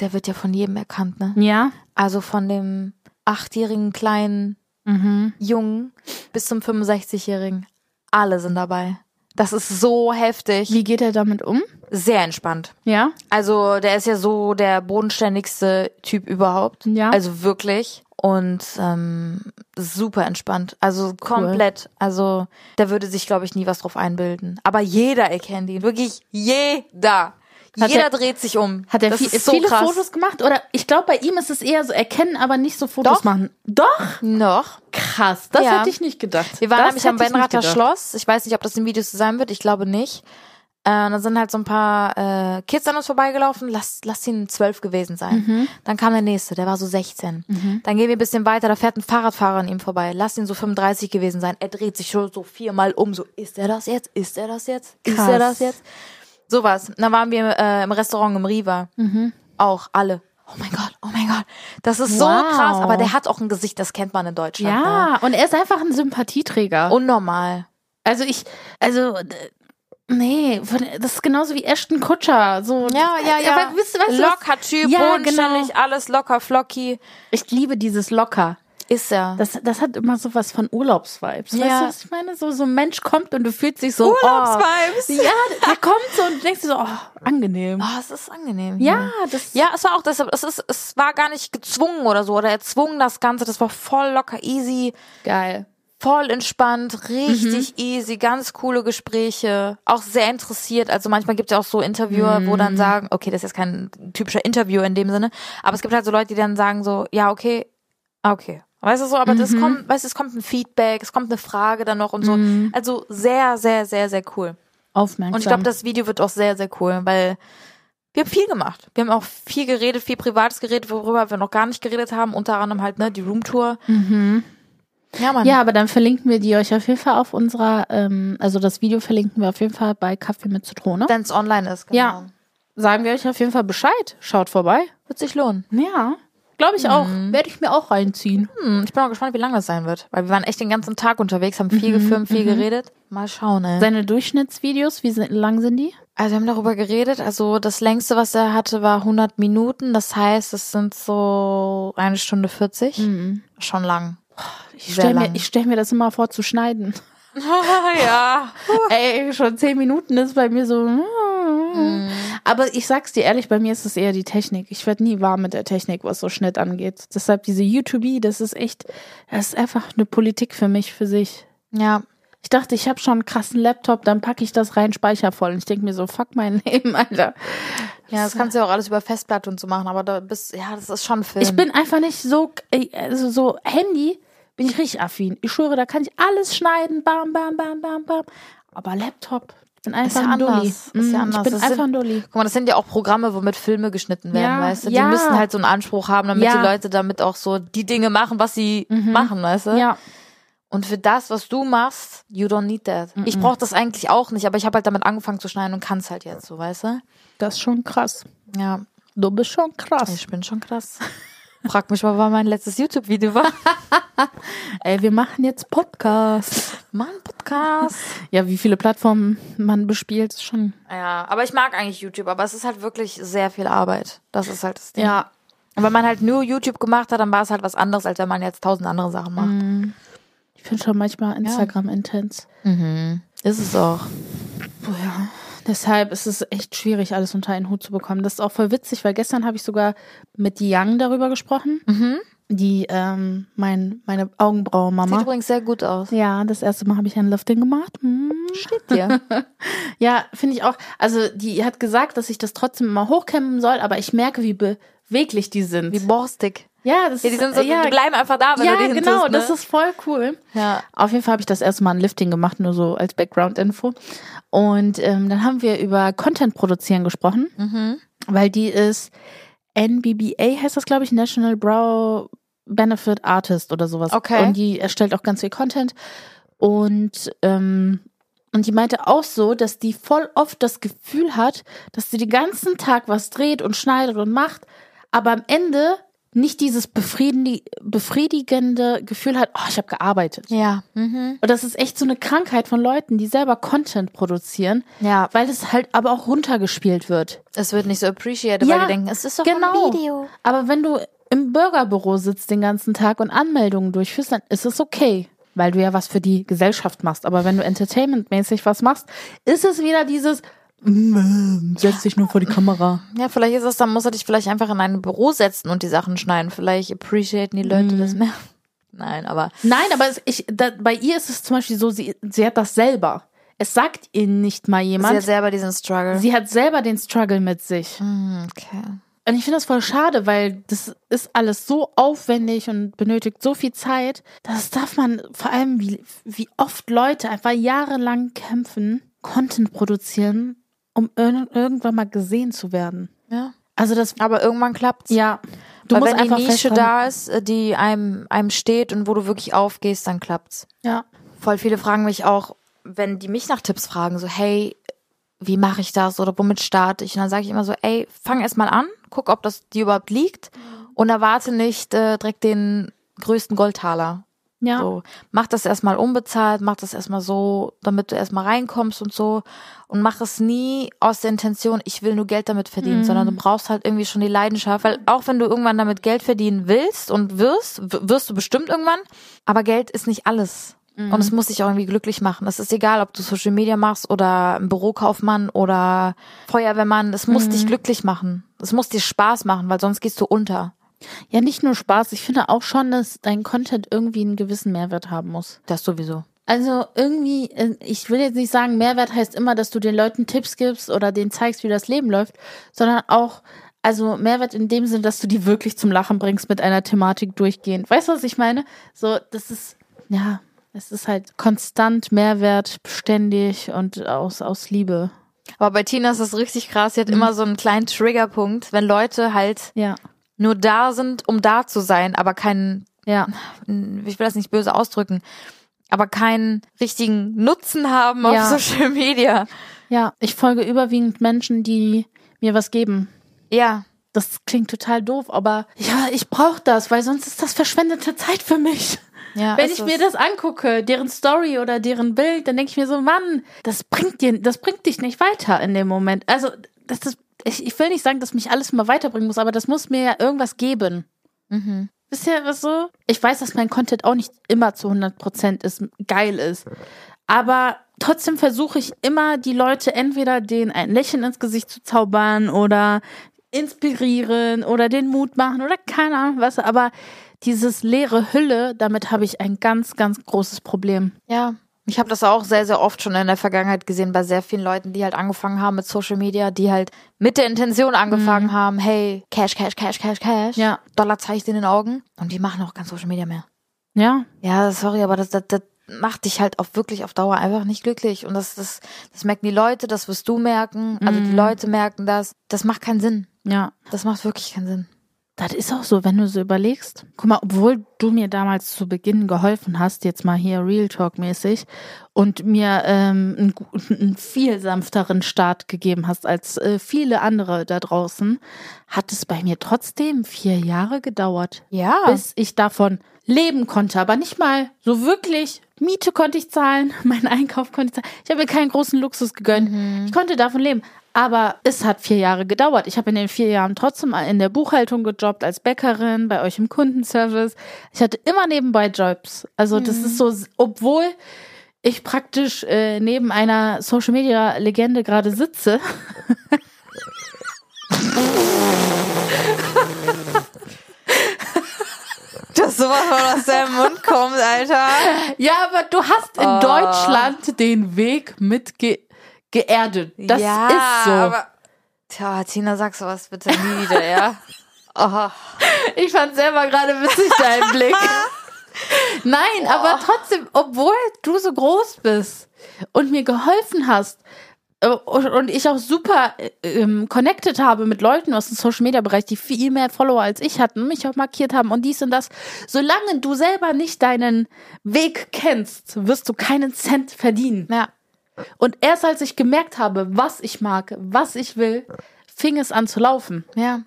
[SPEAKER 2] der wird ja von jedem erkannt, ne?
[SPEAKER 3] Ja.
[SPEAKER 2] Also von dem achtjährigen kleinen
[SPEAKER 3] Mhm.
[SPEAKER 2] Jungen bis zum 65-jährigen. Alle sind dabei. Das ist so heftig.
[SPEAKER 3] Wie geht er damit um?
[SPEAKER 2] Sehr entspannt.
[SPEAKER 3] Ja.
[SPEAKER 2] Also, der ist ja so der bodenständigste Typ überhaupt.
[SPEAKER 3] Ja.
[SPEAKER 2] Also wirklich. Und ähm, super entspannt. Also komplett. Also, da würde sich, glaube ich, nie was drauf einbilden. Aber jeder erkennt ihn. Wirklich jeder.
[SPEAKER 3] Hat
[SPEAKER 2] jeder
[SPEAKER 3] er-
[SPEAKER 2] dreht sich um.
[SPEAKER 3] Hat er
[SPEAKER 2] das
[SPEAKER 3] viel,
[SPEAKER 2] ist so
[SPEAKER 3] viele
[SPEAKER 2] krass.
[SPEAKER 3] Fotos gemacht? Oder ich glaube, bei ihm ist es eher so erkennen, aber nicht so Fotos
[SPEAKER 2] Doch.
[SPEAKER 3] machen. Doch.
[SPEAKER 2] Noch.
[SPEAKER 3] Krass. Das
[SPEAKER 2] Ja.
[SPEAKER 3] hätte ich nicht gedacht.
[SPEAKER 2] Wir waren
[SPEAKER 3] das
[SPEAKER 2] nämlich am
[SPEAKER 3] hätte ich nicht
[SPEAKER 2] Benrather
[SPEAKER 3] gedacht.
[SPEAKER 2] Schloss. Ich weiß nicht, ob das im Video zu sein wird. Ich glaube nicht. Äh, dann sind halt so ein paar äh, Kids an uns vorbeigelaufen. Lass, lass ihn zwölf gewesen sein.
[SPEAKER 3] Mhm.
[SPEAKER 2] Dann kam der nächste, der war so 16. Dann gehen wir ein bisschen weiter, da fährt ein Fahrradfahrer an ihm vorbei. Lass ihn so 35 gewesen sein. Er dreht sich schon so viermal um. So, ist er das jetzt? Ist er das jetzt? Ist
[SPEAKER 3] Krass.
[SPEAKER 2] er das jetzt? Sowas. Dann waren wir äh, im Restaurant im Riva.
[SPEAKER 3] Mhm.
[SPEAKER 2] Auch alle. Oh mein Gott, oh mein Gott. Das ist so
[SPEAKER 3] Wow.
[SPEAKER 2] krass. Aber der hat auch ein Gesicht, das kennt man in Deutschland. Ne?
[SPEAKER 3] Ja, und er ist einfach ein Sympathieträger.
[SPEAKER 2] Unnormal.
[SPEAKER 3] Also ich, also d- Nee, von, das ist genauso wie Ashton Kutscher. So,
[SPEAKER 2] Ja, ja, ja.
[SPEAKER 3] Aber Äh, wisst ihr, weißt du, was-
[SPEAKER 2] locker Typ,
[SPEAKER 3] Ja, genau.
[SPEAKER 2] unschuldig, alles locker flocky.
[SPEAKER 3] Ich liebe dieses locker.
[SPEAKER 2] Ist er.
[SPEAKER 3] Das, das hat immer so was von Urlaubsvibes.
[SPEAKER 2] Ja.
[SPEAKER 3] Weißt du, was ich meine? So, so ein Mensch kommt und du fühlst dich so. Oh, ja, der kommt so und du denkst dir so, oh, angenehm.
[SPEAKER 2] Oh, es ist angenehm. hier.
[SPEAKER 3] Ja, das.
[SPEAKER 2] Ja, es war auch deshalb, es ist, es war gar nicht gezwungen oder so, oder erzwungen das Ganze, das war voll locker easy,
[SPEAKER 3] Geil.
[SPEAKER 2] voll entspannt, richtig easy, ganz coole Gespräche, auch sehr interessiert. Also manchmal gibt es ja auch so Interviewer, wo dann sagen, okay, das ist jetzt kein typischer Interviewer in dem Sinne, aber es gibt halt so Leute, die dann sagen so, ja, okay, ah, okay. Weißt du so, aber das kommt, weißt du, es kommt ein Feedback, es kommt eine Frage dann noch und so. Also sehr, sehr, sehr, sehr cool.
[SPEAKER 3] Aufmerksam.
[SPEAKER 2] Und ich glaube, das Video wird auch sehr, sehr cool, weil wir haben viel gemacht. Wir haben auch viel geredet, viel Privates geredet, worüber wir noch gar nicht geredet haben. Unter anderem halt, ne, die Roomtour. Mhm. Ja, Mann.
[SPEAKER 3] Ja, aber dann verlinken wir die euch auf jeden Fall auf unserer, ähm, also das Video verlinken wir auf jeden Fall bei Kaffee mit Zitrone.
[SPEAKER 2] Wenn es online ist, genau.
[SPEAKER 3] Ja. Sagen wir euch auf jeden Fall Bescheid. Schaut vorbei.
[SPEAKER 2] Wird sich lohnen.
[SPEAKER 3] Ja. Glaube ich auch.
[SPEAKER 2] Mhm.
[SPEAKER 3] Werde ich mir auch reinziehen.
[SPEAKER 2] Hm, ich bin auch gespannt, wie lange das sein wird. Weil wir waren echt den ganzen Tag unterwegs, haben viel gefilmt, viel geredet. Mal schauen, ey.
[SPEAKER 3] Seine Durchschnittsvideos, wie sind- lang sind die?
[SPEAKER 2] Also wir haben darüber geredet. Also das längste, was er hatte, war 100 Minuten. Das heißt, es sind so eine Stunde 40. Schon lang.
[SPEAKER 3] Ich
[SPEAKER 2] Sehr
[SPEAKER 3] stelle mir,
[SPEAKER 2] lang.
[SPEAKER 3] ich stell mir das immer vor zu schneiden.
[SPEAKER 2] ja.
[SPEAKER 3] Ey, schon zehn Minuten ist bei mir so.
[SPEAKER 2] Mhm.
[SPEAKER 3] Aber ich sag's dir ehrlich, bei mir ist es eher die Technik. Ich werd nie warm mit der Technik, was so Schnitt angeht. Deshalb diese YouTube, das ist echt, das ist einfach eine Politik für mich, für sich.
[SPEAKER 2] Ja.
[SPEAKER 3] Ich dachte, ich habe schon einen krassen Laptop, dann packe ich das rein, speicher voll. Und ich denk mir so, fuck mein Leben, Alter.
[SPEAKER 2] Ja, das kannst du ja auch alles über Festplatte und so machen, aber da bist, ja, das ist schon ein Film.
[SPEAKER 3] Ich bin einfach nicht so, ey, also so Handy bin ich richtig affin. Ich schwöre, da kann ich alles schneiden, bam, bam, bam, bam, bam. Aber Laptop, ich bin einfach
[SPEAKER 2] ja
[SPEAKER 3] ein Dulli.
[SPEAKER 2] anders. Ist ja
[SPEAKER 3] Mm,
[SPEAKER 2] anders.
[SPEAKER 3] Ich bin
[SPEAKER 2] Das sind-
[SPEAKER 3] einfach ein Dulli.
[SPEAKER 2] Guck mal, das sind ja auch Programme, womit Filme geschnitten werden,
[SPEAKER 3] Ja,
[SPEAKER 2] weißt du? Die
[SPEAKER 3] ja.
[SPEAKER 2] müssen halt so einen Anspruch haben, damit
[SPEAKER 3] Ja.
[SPEAKER 2] die Leute damit auch so die Dinge machen, was sie machen, weißt du?
[SPEAKER 3] Ja.
[SPEAKER 2] Und für das, was du machst, you don't need that. Ich brauche das eigentlich auch nicht, aber ich habe halt damit angefangen zu schneiden und kann es halt jetzt so, weißt du?
[SPEAKER 3] Das ist schon krass.
[SPEAKER 2] Ja,
[SPEAKER 3] Du bist schon krass.
[SPEAKER 2] ich bin schon krass. Frag mich mal, wann mein letztes YouTube-Video war.
[SPEAKER 3] Ey, wir machen jetzt Podcast.
[SPEAKER 2] Mann, Podcast.
[SPEAKER 3] Ja, wie viele Plattformen man bespielt, ist schon.
[SPEAKER 2] Ja, aber ich mag eigentlich YouTube, aber es ist halt wirklich sehr viel Arbeit. Das ist halt das Ding.
[SPEAKER 3] Ja.
[SPEAKER 2] Und wenn man halt nur YouTube gemacht hat, dann war es halt was anderes, als wenn man jetzt tausend andere Sachen macht.
[SPEAKER 3] Ich finde schon manchmal Instagram intens. Mhm.
[SPEAKER 2] Ist es auch.
[SPEAKER 3] Deshalb ist es echt schwierig, alles unter einen Hut zu bekommen. Das ist auch voll witzig, weil gestern habe ich sogar mit Yang darüber gesprochen. Die, ähm, mein, meine
[SPEAKER 2] Sieht
[SPEAKER 3] Augenbrauenmama.
[SPEAKER 2] übrigens sehr gut aus.
[SPEAKER 3] Ja, das erste Mal habe ich ein Lifting gemacht. Hm.
[SPEAKER 2] Steht dir.
[SPEAKER 3] Ja, finde ich auch. Also, die hat gesagt, dass ich das trotzdem immer hochkämmen soll, aber ich merke, wie beweglich die sind.
[SPEAKER 2] Wie borstig.
[SPEAKER 3] ja, das
[SPEAKER 2] Ja, die sind so,
[SPEAKER 3] ist- ja,
[SPEAKER 2] die bleiben einfach da, wenn
[SPEAKER 3] ja,
[SPEAKER 2] du die
[SPEAKER 3] genau,
[SPEAKER 2] hintust, ne?
[SPEAKER 3] das ist voll cool.
[SPEAKER 2] Ja.
[SPEAKER 3] Auf jeden Fall habe ich das erste Mal ein Lifting gemacht, nur so als Background-Info. Und ähm, dann haben wir über Content produzieren gesprochen,
[SPEAKER 2] Mhm.
[SPEAKER 3] weil die ist NBBA, heißt das, glaube ich, National Brow Benefit Artist oder sowas.
[SPEAKER 2] Okay.
[SPEAKER 3] Und die erstellt auch ganz viel Content. Und, ähm, und die meinte auch so, dass die voll oft das Gefühl hat, dass sie den ganzen Tag was dreht und schneidet und macht, aber am Ende nicht dieses befriedi- befriedigende Gefühl hat, oh, ich habe gearbeitet.
[SPEAKER 2] Ja. Mhm.
[SPEAKER 3] Und das ist echt so eine Krankheit von Leuten, die selber Content produzieren,
[SPEAKER 2] Ja.
[SPEAKER 3] weil es halt aber auch runtergespielt wird.
[SPEAKER 2] Es wird nicht so appreciated,
[SPEAKER 3] Ja, genau.
[SPEAKER 2] weil die denken, es ist doch ein Video.
[SPEAKER 3] Aber wenn du im Bürgerbüro sitzt den ganzen Tag und Anmeldungen durchführst, dann ist es okay, weil du ja was für die Gesellschaft machst. Aber wenn du entertainmentmäßig was machst, ist es wieder dieses "Mm, setz dich nur vor die Kamera.
[SPEAKER 2] Ja, vielleicht ist es, dann muss er dich vielleicht einfach in ein Büro setzen und die Sachen schneiden. Vielleicht appreciaten die Leute das
[SPEAKER 3] Mhm.
[SPEAKER 2] mehr. Nein, aber
[SPEAKER 3] Nein, aber es, ich, da, bei ihr ist es zum Beispiel so, sie, sie hat das selber. Es sagt ihr nicht mal
[SPEAKER 2] sie
[SPEAKER 3] jemand.
[SPEAKER 2] hat selber diesen Struggle.
[SPEAKER 3] Sie hat selber den Struggle mit sich.
[SPEAKER 2] Hm, okay.
[SPEAKER 3] Und ich finde das voll schade, weil das ist alles so aufwendig und benötigt so viel Zeit. Das darf man vor allem, wie, wie oft Leute einfach jahrelang kämpfen, Content produzieren, um ir irgendwann mal gesehen zu werden.
[SPEAKER 2] Ja.
[SPEAKER 3] Also das,
[SPEAKER 2] Aber irgendwann klappt's.
[SPEAKER 3] ja, du
[SPEAKER 2] Weil
[SPEAKER 3] musst
[SPEAKER 2] wenn
[SPEAKER 3] einfach
[SPEAKER 2] die Nische
[SPEAKER 3] festhalten.
[SPEAKER 2] da ist, äh, die einem, einem steht und wo du wirklich aufgehst, dann klappt's.
[SPEAKER 3] Ja.
[SPEAKER 2] Voll viele fragen mich auch, wenn die mich nach Tipps fragen, so, hey, wie mache ich das oder womit starte ich? Und dann sage ich immer so, ey, fang erst mal an, guck, ob das dir überhaupt liegt und erwarte nicht äh, direkt den größten Goldtaler.
[SPEAKER 3] Ja.
[SPEAKER 2] So, mach das erstmal unbezahlt, mach das erstmal so, damit du erstmal reinkommst und so. Und mach es nie aus der Intention, ich will nur Geld damit verdienen, sondern du brauchst halt irgendwie schon die Leidenschaft, weil auch wenn du irgendwann damit Geld verdienen willst und wirst, w- wirst du bestimmt irgendwann, aber Geld ist nicht alles. Und es muss dich auch irgendwie glücklich machen. Es ist egal, ob du Social Media machst oder ein Bürokaufmann oder Feuerwehrmann. Es muss dich glücklich machen. Es muss dir Spaß machen, weil sonst gehst du unter.
[SPEAKER 3] Ja, nicht nur Spaß. Ich finde auch schon, dass dein Content irgendwie einen gewissen Mehrwert haben muss.
[SPEAKER 2] Das sowieso.
[SPEAKER 3] Also irgendwie, äh, ich will jetzt nicht sagen, Mehrwert heißt immer, dass du den Leuten Tipps gibst oder denen zeigst, wie das Leben läuft, sondern auch, also Mehrwert in dem Sinn, dass du die wirklich zum Lachen bringst mit einer Thematik durchgehend. Weißt du, was ich meine? So, das ist, ja, es ist halt konstant Mehrwert, beständig und aus, aus Liebe.
[SPEAKER 2] Aber bei Tina ist das richtig krass.
[SPEAKER 3] Mhm.
[SPEAKER 2] Sie hat immer so einen kleinen Triggerpunkt, wenn Leute halt
[SPEAKER 3] Ja,
[SPEAKER 2] nur da sind, um da zu sein, aber keinen,
[SPEAKER 3] ja.
[SPEAKER 2] ich will das nicht böse ausdrücken, aber keinen richtigen Nutzen haben auf
[SPEAKER 3] Ja.
[SPEAKER 2] Social Media.
[SPEAKER 3] Ja, ich folge überwiegend Menschen, die mir was geben.
[SPEAKER 2] Ja.
[SPEAKER 3] Das klingt total doof, aber ja, ich brauche das, weil sonst ist das verschwendete Zeit für mich.
[SPEAKER 2] ja
[SPEAKER 3] Wenn
[SPEAKER 2] ist
[SPEAKER 3] ich
[SPEAKER 2] es.
[SPEAKER 3] mir das angucke, deren Story oder deren Bild, dann denke ich mir so, Mann, das bringt dir, das bringt dich nicht weiter in dem Moment. Also, das ist, ich, ich will nicht sagen, dass mich alles immer weiterbringen muss, aber das muss mir ja irgendwas geben.
[SPEAKER 2] Mhm.
[SPEAKER 3] Wisst ihr, was so? Ich weiß, dass mein Content auch nicht immer zu 100% ist, geil ist. Aber trotzdem versuche ich immer, die Leute entweder denen ein Lächeln ins Gesicht zu zaubern oder inspirieren oder den Mut machen oder keine Ahnung was. Aber dieses leere Hülle, damit habe ich ein ganz, ganz großes Problem.
[SPEAKER 2] Ja, ich habe das auch sehr, sehr oft schon in der Vergangenheit gesehen bei sehr vielen Leuten, die halt angefangen haben mit Social Media, die halt mit der Intention angefangen haben, hey, Cash, Cash, Cash, Cash, Cash,
[SPEAKER 3] Mhm. Ja.
[SPEAKER 2] Dollarzeichen in den Augen und die machen auch kein Social Media mehr.
[SPEAKER 3] Ja,
[SPEAKER 2] Ja, sorry, aber das, das, das macht dich halt auch wirklich auf Dauer einfach nicht glücklich und das, das, das merken die Leute, das wirst du merken, also
[SPEAKER 3] Mhm.
[SPEAKER 2] die Leute merken das. Das macht keinen Sinn.
[SPEAKER 3] ja.
[SPEAKER 2] Das macht wirklich keinen Sinn.
[SPEAKER 3] Das ist auch so, wenn du so überlegst. Guck mal, obwohl du mir damals zu Beginn geholfen hast, jetzt mal hier Real Talk mäßig, und mir ähm, einen, gu- einen viel sanfteren Start gegeben hast als äh, viele andere da draußen, hat es bei mir trotzdem vier Jahre gedauert,
[SPEAKER 2] Ja.
[SPEAKER 3] bis ich davon leben konnte. Aber nicht mal so wirklich. Miete konnte ich zahlen, meinen Einkauf konnte ich zahlen. Ich habe mir keinen großen Luxus gegönnt. Ich konnte davon leben. Aber es hat vier Jahre gedauert. Ich habe in den vier Jahren trotzdem in der Buchhaltung gejobbt, als Bäckerin, bei euch im Kundenservice. Ich hatte immer nebenbei Jobs. Also das ist so, obwohl ich praktisch äh, neben einer Social-Media-Legende gerade sitze,
[SPEAKER 2] Dass sowas mal aus deinem Mund kommt, Alter.
[SPEAKER 3] Ja, aber du hast in
[SPEAKER 2] Oh.
[SPEAKER 3] Deutschland den Weg mit ge geerdet. Das
[SPEAKER 2] ja,
[SPEAKER 3] ist so.
[SPEAKER 2] Aber, tja, Tina, sag sowas bitte nie wieder, ja? Aha.
[SPEAKER 3] ich fand selber gerade witzig deinen Blick. Nein, aber trotzdem, obwohl du so groß bist und mir geholfen hast äh, und und ich auch super äh, ähm, connected habe mit Leuten aus dem Social Media Bereich, die viel mehr Follower als ich hatten, mich auch markiert haben und dies und das. Solange du selber nicht deinen Weg kennst, wirst du keinen Cent verdienen.
[SPEAKER 2] Ja.
[SPEAKER 3] Und erst als ich gemerkt habe, was ich mag, was ich will, fing es an zu laufen.
[SPEAKER 2] Ja.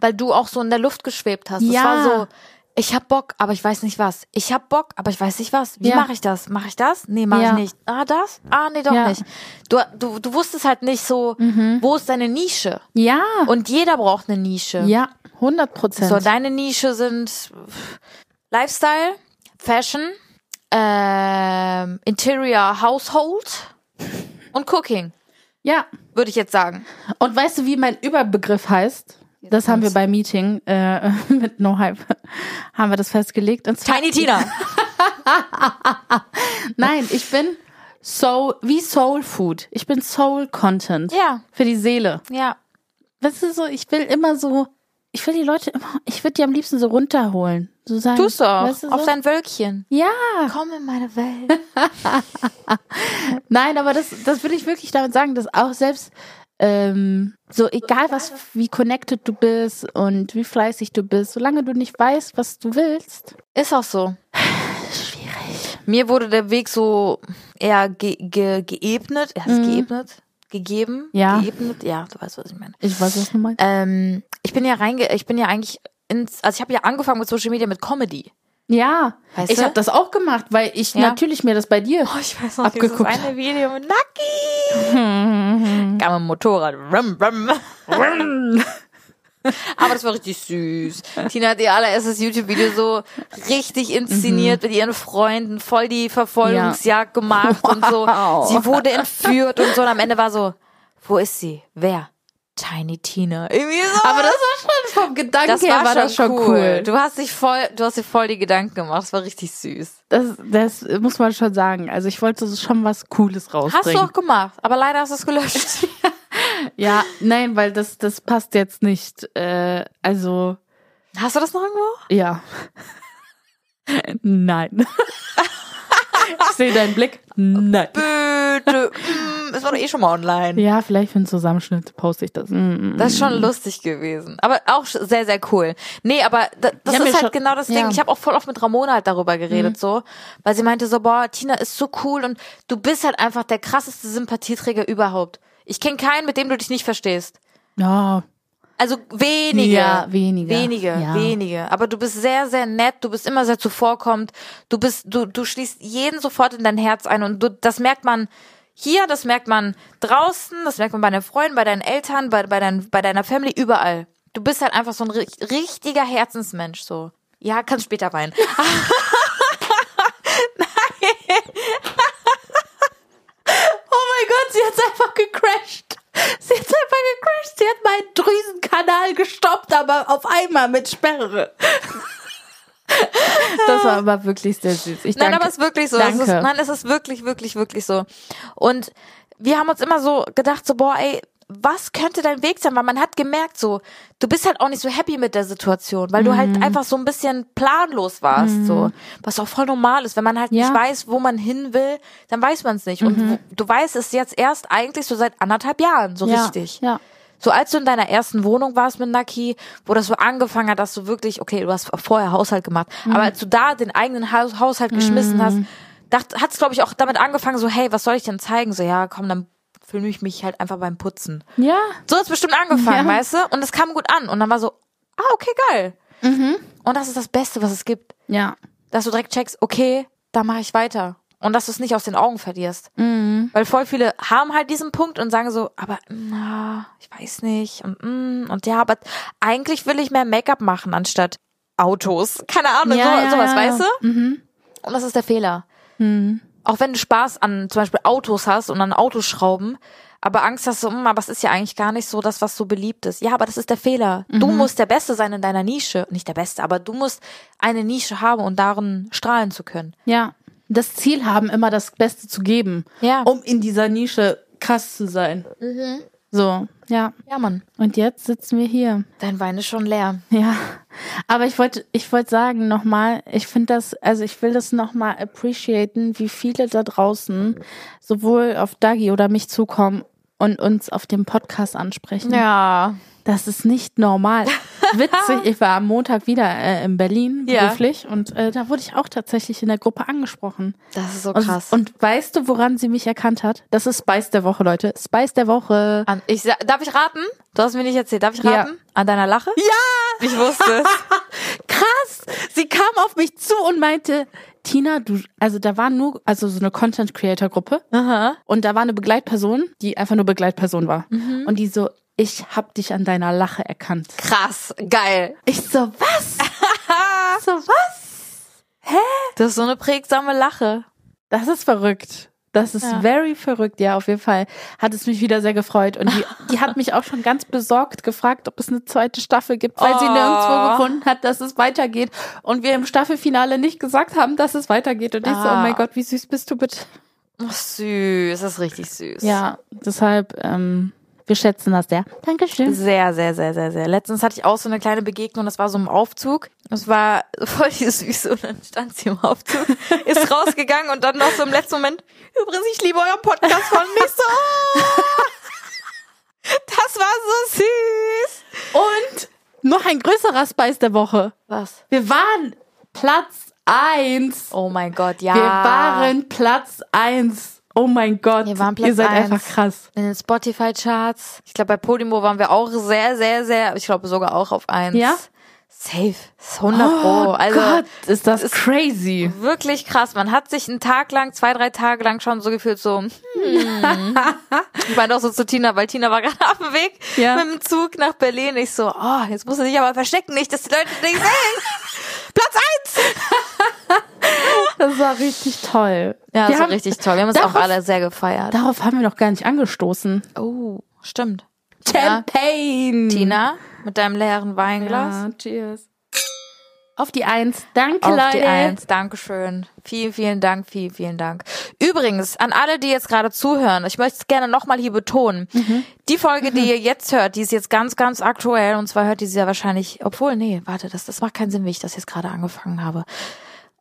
[SPEAKER 2] Weil du auch so in der Luft geschwebt hast.
[SPEAKER 3] Ja.
[SPEAKER 2] Es war so, ich hab Bock, aber ich weiß nicht was. Ich hab Bock, aber ich weiß nicht was. Wie
[SPEAKER 3] Ja.
[SPEAKER 2] mache ich das? Mache ich das? Nee, mache
[SPEAKER 3] Ja.
[SPEAKER 2] ich nicht. Ah, das? Ah, nee, doch
[SPEAKER 3] Ja. Mhm.
[SPEAKER 2] nicht. Du, du, du wusstest halt nicht so, wo ist deine Nische?
[SPEAKER 3] Ja.
[SPEAKER 2] Und jeder braucht eine Nische.
[SPEAKER 3] ja, 100 Prozent.
[SPEAKER 2] So, deine Nische sind pff, Lifestyle, Fashion, ähm, Interior, Household und Cooking,
[SPEAKER 3] ja.
[SPEAKER 2] würde ich jetzt sagen.
[SPEAKER 3] Und weißt du, wie mein Überbegriff heißt? Das haben wir beim Meeting äh, mit No Hype haben wir das festgelegt. Und zwar,
[SPEAKER 2] Tiny Tina.
[SPEAKER 3] Nein, ich bin Soul, wie Soul Food. Ich bin Soul Content
[SPEAKER 2] ja,
[SPEAKER 3] für die Seele.
[SPEAKER 2] ja.
[SPEAKER 3] Weißt du so, ich will immer so, ich will die Leute immer, ich würde die am liebsten so runterholen. So sagen,
[SPEAKER 2] Tust du auch.
[SPEAKER 3] weißt du
[SPEAKER 2] Auf
[SPEAKER 3] so?
[SPEAKER 2] dein Wölkchen.
[SPEAKER 3] Ja.
[SPEAKER 2] Komm in meine Welt.
[SPEAKER 3] Nein, aber das, das will ich wirklich damit sagen, dass auch selbst ähm, so egal was, wie connected du bist und wie fleißig du bist, solange du nicht weißt, was du willst.
[SPEAKER 2] Ist auch so.
[SPEAKER 3] Schwierig.
[SPEAKER 2] Mir wurde der Weg so eher ge ge geebnet. Er ist geebnet. Gegeben.
[SPEAKER 3] Ja.
[SPEAKER 2] Geebnet. Mhm. Ja, du weißt, was ich meine.
[SPEAKER 3] Ich weiß, was du meinst.
[SPEAKER 2] Ähm, ich bin ja reinge, ich bin ja eigentlich ins, also ich habe ja angefangen mit Social Media mit Comedy.
[SPEAKER 3] Äh, Ja,
[SPEAKER 2] Weißt
[SPEAKER 3] ich
[SPEAKER 2] du?
[SPEAKER 3] habe das auch gemacht, weil ich
[SPEAKER 2] Ja.
[SPEAKER 3] natürlich mir das bei dir.
[SPEAKER 2] Oh, ich weiß noch,
[SPEAKER 3] Abgeguckt.
[SPEAKER 2] dieses eine Video mit Nucky. Kam am Motorrad. Rum, rum. Aber das war richtig süß. Tina hat ihr allererstes YouTube-Video so richtig
[SPEAKER 3] Mhm.
[SPEAKER 2] inszeniert mit ihren Freunden, voll die Verfolgungsjagd gemacht und so.
[SPEAKER 3] Wow.
[SPEAKER 2] Sie wurde entführt und so. Und am Ende war so, wo ist sie? Wer? Tiny Tina. Irgendwie so.
[SPEAKER 3] Aber das war schon vom Gedanken
[SPEAKER 2] Das
[SPEAKER 3] her war das schon cool.
[SPEAKER 2] Du hast dich voll, du hast dir voll die Gedanken gemacht. Das war richtig süß.
[SPEAKER 3] Das, das muss man schon sagen. Also ich wollte schon was Cooles
[SPEAKER 2] Hast du
[SPEAKER 3] rausbringen.
[SPEAKER 2] auch gemacht, aber leider hast du es gelöscht.
[SPEAKER 3] Ja, nein, weil das, das passt jetzt nicht. Äh, also,
[SPEAKER 2] Hast du das noch irgendwo?
[SPEAKER 3] ja. nein. ich sehe deinen Blick. Nein.
[SPEAKER 2] Bitte. mm, Es war doch eh schon mal online.
[SPEAKER 3] Ja, vielleicht für einen Zusammenschnitt poste ich das. Mm, mm,
[SPEAKER 2] Das ist schon lustig gewesen. Aber auch sch- sehr, sehr cool. Nee, aber da, das
[SPEAKER 3] Ja, mir
[SPEAKER 2] ist halt
[SPEAKER 3] schon-
[SPEAKER 2] genau das Ding.
[SPEAKER 3] ja. Mhm.
[SPEAKER 2] Ich habe auch voll oft mit Ramona halt darüber geredet, so. Weil sie meinte so, boah, Tina ist so cool und du bist halt einfach der krasseste Sympathieträger überhaupt. Ich kenne keinen, mit dem du dich nicht verstehst.
[SPEAKER 3] Ja,
[SPEAKER 2] Also wenige.
[SPEAKER 3] Ja, wenige.
[SPEAKER 2] Wenige,
[SPEAKER 3] Ja.
[SPEAKER 2] wenige. Aber du bist sehr, sehr nett, du bist immer sehr zuvorkommend, du bist, du, du schließt jeden sofort in dein Herz ein und du, das merkt man hier, das merkt man draußen, das merkt man bei deinen Freunden, bei deinen Eltern, bei, bei, dein, bei deiner Family, überall. Du bist halt einfach so ein ri- richtiger Herzensmensch, so. Ja, kannst später weinen.
[SPEAKER 3] Oh mein Gott, sie hat's einfach gecrashed. Sie hat's einfach gecrashed. Sie hat meinen Drüsenkanal gestoppt, aber auf einmal mit Sperre. Das war aber wirklich sehr süß. Ich
[SPEAKER 2] Nein,
[SPEAKER 3] danke.
[SPEAKER 2] aber es ist wirklich so.
[SPEAKER 3] Danke.
[SPEAKER 2] Es ist, nein, es ist wirklich, wirklich, wirklich so. Und wir haben uns immer so gedacht, so, boah, ey, was könnte dein Weg sein? Weil man hat gemerkt, so, du bist halt auch nicht so happy mit der Situation, weil du
[SPEAKER 3] Mhm.
[SPEAKER 2] halt einfach so ein bisschen planlos warst, so. Was auch voll normal ist. Wenn man halt
[SPEAKER 3] Ja. Mhm.
[SPEAKER 2] nicht weiß, wo man hin will, dann weiß man es nicht. Und wo, du weißt es jetzt erst eigentlich so seit anderthalb Jahren, so
[SPEAKER 3] ja,
[SPEAKER 2] richtig.
[SPEAKER 3] Ja.
[SPEAKER 2] So als du in deiner ersten Wohnung warst mit Naki, wo das so angefangen hat, dass du wirklich, okay, du hast vorher Haushalt gemacht, aber als du da den eigenen Haus, Haushalt geschmissen hast, dacht, hat's glaube ich auch damit angefangen, so hey, was soll ich denn zeigen? So ja, komm, dann filme ich mich halt einfach beim Putzen.
[SPEAKER 3] Ja.
[SPEAKER 2] So hat's bestimmt angefangen,
[SPEAKER 3] Ja.
[SPEAKER 2] weißt du? Und es kam gut an und dann war so, ah okay geil. Und das ist das Beste, was es gibt,
[SPEAKER 3] Ja.
[SPEAKER 2] dass du direkt checkst, okay, da mache ich weiter und dass du es nicht aus den Augen verlierst.
[SPEAKER 3] Mhm.
[SPEAKER 2] Weil voll viele haben halt diesen Punkt und sagen so, aber na, ich weiß nicht und mm, und ja, aber eigentlich will ich mehr Make-up machen anstatt Autos. Keine Ahnung,
[SPEAKER 3] Ja,
[SPEAKER 2] so,
[SPEAKER 3] ja,
[SPEAKER 2] sowas,
[SPEAKER 3] ja, Mhm.
[SPEAKER 2] weißt
[SPEAKER 3] ja.
[SPEAKER 2] du? Und das ist der Fehler. Auch wenn du Spaß an zum Beispiel Autos hast und an Autos schrauben, aber Angst hast so, mm, aber es ist ja eigentlich gar nicht so das, was so beliebt ist. Ja, aber das ist der Fehler. Du musst der Beste sein in deiner Nische. Nicht der Beste, aber du musst eine Nische haben und darin strahlen zu können.
[SPEAKER 3] Ja. Das Ziel haben, immer das Beste zu geben.
[SPEAKER 2] Ja.
[SPEAKER 3] Um in dieser Nische krass zu sein. Mhm. So. Ja.
[SPEAKER 2] Ja, Mann.
[SPEAKER 3] Und jetzt sitzen wir hier.
[SPEAKER 2] Dein Wein ist schon leer.
[SPEAKER 3] Ja, aber ich wollte ich wollte sagen nochmal, ich finde das, also ich will das nochmal appreciaten, wie viele da draußen sowohl auf Dagi oder mich zukommen und uns auf dem Podcast ansprechen.
[SPEAKER 2] Ja.
[SPEAKER 3] Das ist nicht normal. Witzig, ich war am Montag wieder äh, in Berlin
[SPEAKER 2] Ja.
[SPEAKER 3] beruflich und äh, da wurde ich auch tatsächlich in der Gruppe angesprochen.
[SPEAKER 2] Das ist so
[SPEAKER 3] Und,
[SPEAKER 2] Oh, krass.
[SPEAKER 3] und weißt du, woran sie mich erkannt hat? Das ist Spice der Woche, Leute. Spice der Woche.
[SPEAKER 2] An, ich, sa- darf ich raten? Du hast mir nicht erzählt. Darf ich
[SPEAKER 3] Ja.
[SPEAKER 2] raten? An deiner Lache? Ja! Ich wusste es.
[SPEAKER 3] krass. Sie kam auf mich zu und meinte, Tina, du, also da war nur, also so eine Content Creator Gruppe
[SPEAKER 2] Aha.
[SPEAKER 3] und da war eine Begleitperson, die einfach nur Begleitperson war
[SPEAKER 2] Mhm.
[SPEAKER 3] und die so, ich hab dich an deiner Lache erkannt.
[SPEAKER 2] Krass. Geil.
[SPEAKER 3] Ich so, was? Ich so, was?
[SPEAKER 2] Das ist so eine prägsame Lache.
[SPEAKER 3] Das ist verrückt. Das ist very verrückt, ja, auf jeden Fall. Hat es mich wieder sehr gefreut. Und die, die hat mich auch schon ganz besorgt gefragt, ob es eine zweite Staffel gibt, weil sie
[SPEAKER 2] Oh.
[SPEAKER 3] nirgendwo gefunden hat, dass es weitergeht. Und wir im Staffelfinale nicht gesagt haben, dass es weitergeht. Und ich so, oh
[SPEAKER 2] Ah.
[SPEAKER 3] mein Gott, wie süß bist du bitte?
[SPEAKER 2] Oh, süß. Das ist richtig süß.
[SPEAKER 3] Ja, deshalb, ähm, wir schätzen das sehr. Dankeschön.
[SPEAKER 2] Sehr, sehr, sehr, sehr, sehr. Letztens hatte ich auch so eine kleine Begegnung, das war so im Aufzug. Das war voll die Süße und dann stand sie im Aufzug, ist rausgegangen und dann noch so im letzten Moment, übrigens, ich liebe euren Podcast von mich so. Das war so süß.
[SPEAKER 3] Und noch ein größerer Spice der Woche.
[SPEAKER 2] Was?
[SPEAKER 3] Wir waren Platz eins.
[SPEAKER 2] Oh mein Gott, ja.
[SPEAKER 3] Wir waren Platz eins. Oh mein Gott.
[SPEAKER 2] Wir waren Platz
[SPEAKER 3] Ihr seid
[SPEAKER 2] eins.
[SPEAKER 3] einfach krass.
[SPEAKER 2] in den Spotify-Charts. Ich glaube, bei Podimo waren wir auch sehr, sehr, sehr, ich glaube sogar auch auf eins.
[SPEAKER 3] Ja?
[SPEAKER 2] Safe. Ist 100 Pro. Also
[SPEAKER 3] Gott, Oh ist das crazy.
[SPEAKER 2] wirklich krass. Man hat sich einen Tag lang, zwei, drei Tage lang schon so gefühlt, so, hm. ich meine auch so zu Tina, weil Tina war gerade auf dem Weg
[SPEAKER 3] Ja.
[SPEAKER 2] mit dem Zug nach Berlin. Ich so, oh, jetzt muss er sich aber verstecken, nicht, dass die Leute dich sehen. Platz eins!
[SPEAKER 3] Das war richtig toll. Wir
[SPEAKER 2] Ja, das war
[SPEAKER 3] haben-
[SPEAKER 2] richtig toll. Wir haben uns
[SPEAKER 3] darauf,
[SPEAKER 2] auch alle sehr gefeiert.
[SPEAKER 3] Darauf haben wir noch gar nicht angestoßen.
[SPEAKER 2] Oh, stimmt.
[SPEAKER 3] Champagne.
[SPEAKER 2] Tina, mit deinem leeren Weinglas.
[SPEAKER 3] Ja, cheers. Auf die Eins. Danke,
[SPEAKER 2] Auf
[SPEAKER 3] Leute.
[SPEAKER 2] die Eins, Dankeschön. Vielen, vielen Dank, vielen, vielen Dank. Übrigens, an alle, die jetzt gerade zuhören, ich möchte es gerne nochmal hier betonen.
[SPEAKER 3] Mhm.
[SPEAKER 2] Die Folge, die ihr jetzt hört, die ist jetzt ganz, ganz aktuell und zwar hört ihr sie ja wahrscheinlich, obwohl, nee, warte, das, das macht keinen Sinn, wie ich das jetzt gerade angefangen habe.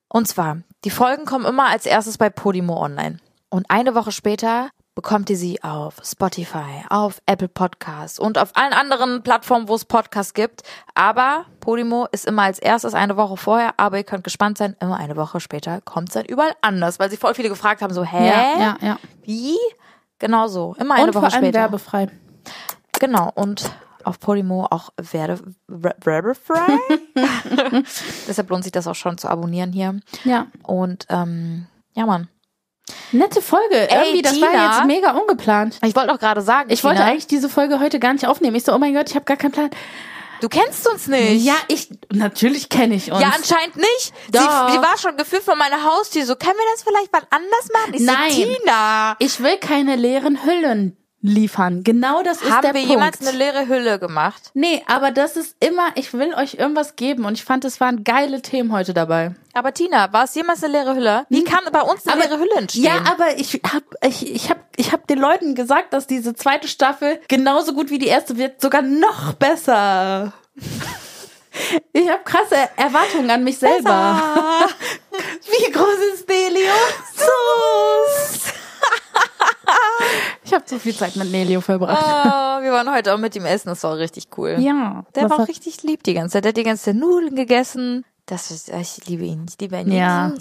[SPEAKER 2] Und zwar, die Folgen kommen immer als erstes bei Podimo online. Und eine Woche später bekommt ihr sie auf Spotify, auf Apple Podcasts und auf allen anderen Plattformen, wo es Podcasts gibt. Aber Podimo ist immer als erstes eine Woche vorher, aber ihr könnt gespannt sein, immer eine Woche später kommt es dann überall anders, weil sich voll viele gefragt haben, so, hä?
[SPEAKER 3] Ja, ja, ja.
[SPEAKER 2] Wie? Genau so, immer eine
[SPEAKER 3] Und
[SPEAKER 2] Woche
[SPEAKER 3] vor allem
[SPEAKER 2] später.
[SPEAKER 3] werbefrei.
[SPEAKER 2] Genau, und auf Podimo auch werde werbefrei. Deshalb lohnt sich das auch schon zu abonnieren hier.
[SPEAKER 3] Ja.
[SPEAKER 2] Und ähm, ja, Mann.
[SPEAKER 3] Nette Folge.
[SPEAKER 2] Ey,
[SPEAKER 3] Irgendwie, das war
[SPEAKER 2] Tina.
[SPEAKER 3] jetzt mega ungeplant.
[SPEAKER 2] Ich wollte auch gerade sagen,
[SPEAKER 3] Ich wollte
[SPEAKER 2] Tina,
[SPEAKER 3] eigentlich diese Folge heute gar nicht aufnehmen. Ich so, oh mein Gott, ich habe gar keinen Plan.
[SPEAKER 2] du kennst uns nicht.
[SPEAKER 3] Ja, ich, natürlich kenne ich uns.
[SPEAKER 2] Ja, anscheinend nicht. Sie,
[SPEAKER 3] Doch.
[SPEAKER 2] sie war schon gefühlt von meiner Haustür so, können wir das vielleicht mal anders machen? Ich so,
[SPEAKER 3] Nein.
[SPEAKER 2] Tina.
[SPEAKER 3] ich will keine leeren Hüllen liefern. Genau das ist
[SPEAKER 2] Haben
[SPEAKER 3] der
[SPEAKER 2] wir
[SPEAKER 3] Punkt.
[SPEAKER 2] jemals eine leere Hülle gemacht?
[SPEAKER 3] nee, aber das ist immer, ich will euch irgendwas geben und ich fand, es waren geile Themen heute dabei.
[SPEAKER 2] Aber Tina, war es jemals eine leere Hülle? Wie kann bei uns eine leere Hülle entstehen?
[SPEAKER 3] Hm. Ja, aber ich hab, ich, ich hab, ich hab den Leuten gesagt, dass diese zweite Staffel genauso gut wie die erste wird, sogar noch besser. Ich habe krasse Erwartungen an mich selber. Wie groß ist Deliosus? Ich habe so viel Zeit mit Nelio verbracht.
[SPEAKER 2] Oh, wir waren heute auch mit ihm essen, das war richtig cool.
[SPEAKER 3] Äh, Ja,
[SPEAKER 2] Der
[SPEAKER 3] das
[SPEAKER 2] war
[SPEAKER 3] war-
[SPEAKER 2] auch richtig lieb die ganze Zeit. Der hat die ganze Zeit Nudeln gegessen. Das ist, ah, ich liebe ihn. Ich liebe ihn.
[SPEAKER 3] Ja.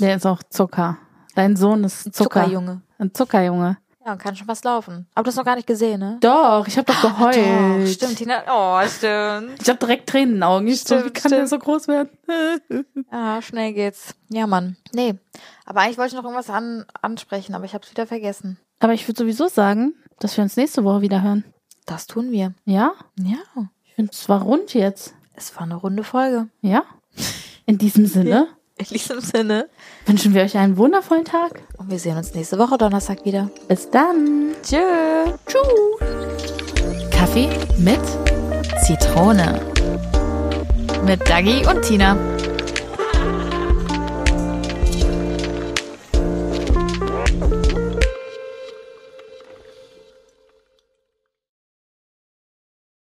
[SPEAKER 3] Der ist auch Zucker. Dein Sohn ist Zucker.
[SPEAKER 2] Zuckerjunge.
[SPEAKER 3] Ein Zuckerjunge.
[SPEAKER 2] Ja, und kann schon was laufen. Aber das noch gar nicht gesehen, ne?
[SPEAKER 3] Doch, ich habe Ah, doch geheult.
[SPEAKER 2] Doch, stimmt, Tina. Oh, stimmt.
[SPEAKER 3] Ich habe direkt Tränen in den Augen. Ich so, wie
[SPEAKER 2] Stimmt,
[SPEAKER 3] kann der
[SPEAKER 2] stimmt.
[SPEAKER 3] so groß werden?
[SPEAKER 2] Ah, schnell geht's. Ja, Mann. Nee. Aber eigentlich wollte ich noch irgendwas an, ansprechen, aber ich hab's wieder vergessen.
[SPEAKER 3] Aber ich würde sowieso sagen, dass wir uns nächste Woche wieder hören.
[SPEAKER 2] Das tun wir.
[SPEAKER 3] Ja?
[SPEAKER 2] Ja.
[SPEAKER 3] Ich finde, es war rund jetzt.
[SPEAKER 2] Es war eine runde Folge.
[SPEAKER 3] Ja? In diesem Sinne
[SPEAKER 2] In diesem Sinne.
[SPEAKER 3] wünschen wir euch einen wundervollen Tag.
[SPEAKER 2] Und wir sehen uns nächste Woche Donnerstag wieder.
[SPEAKER 3] Bis dann.
[SPEAKER 2] Tschö.
[SPEAKER 1] Kaffee mit Zitrone. Mit Dagi und Tina.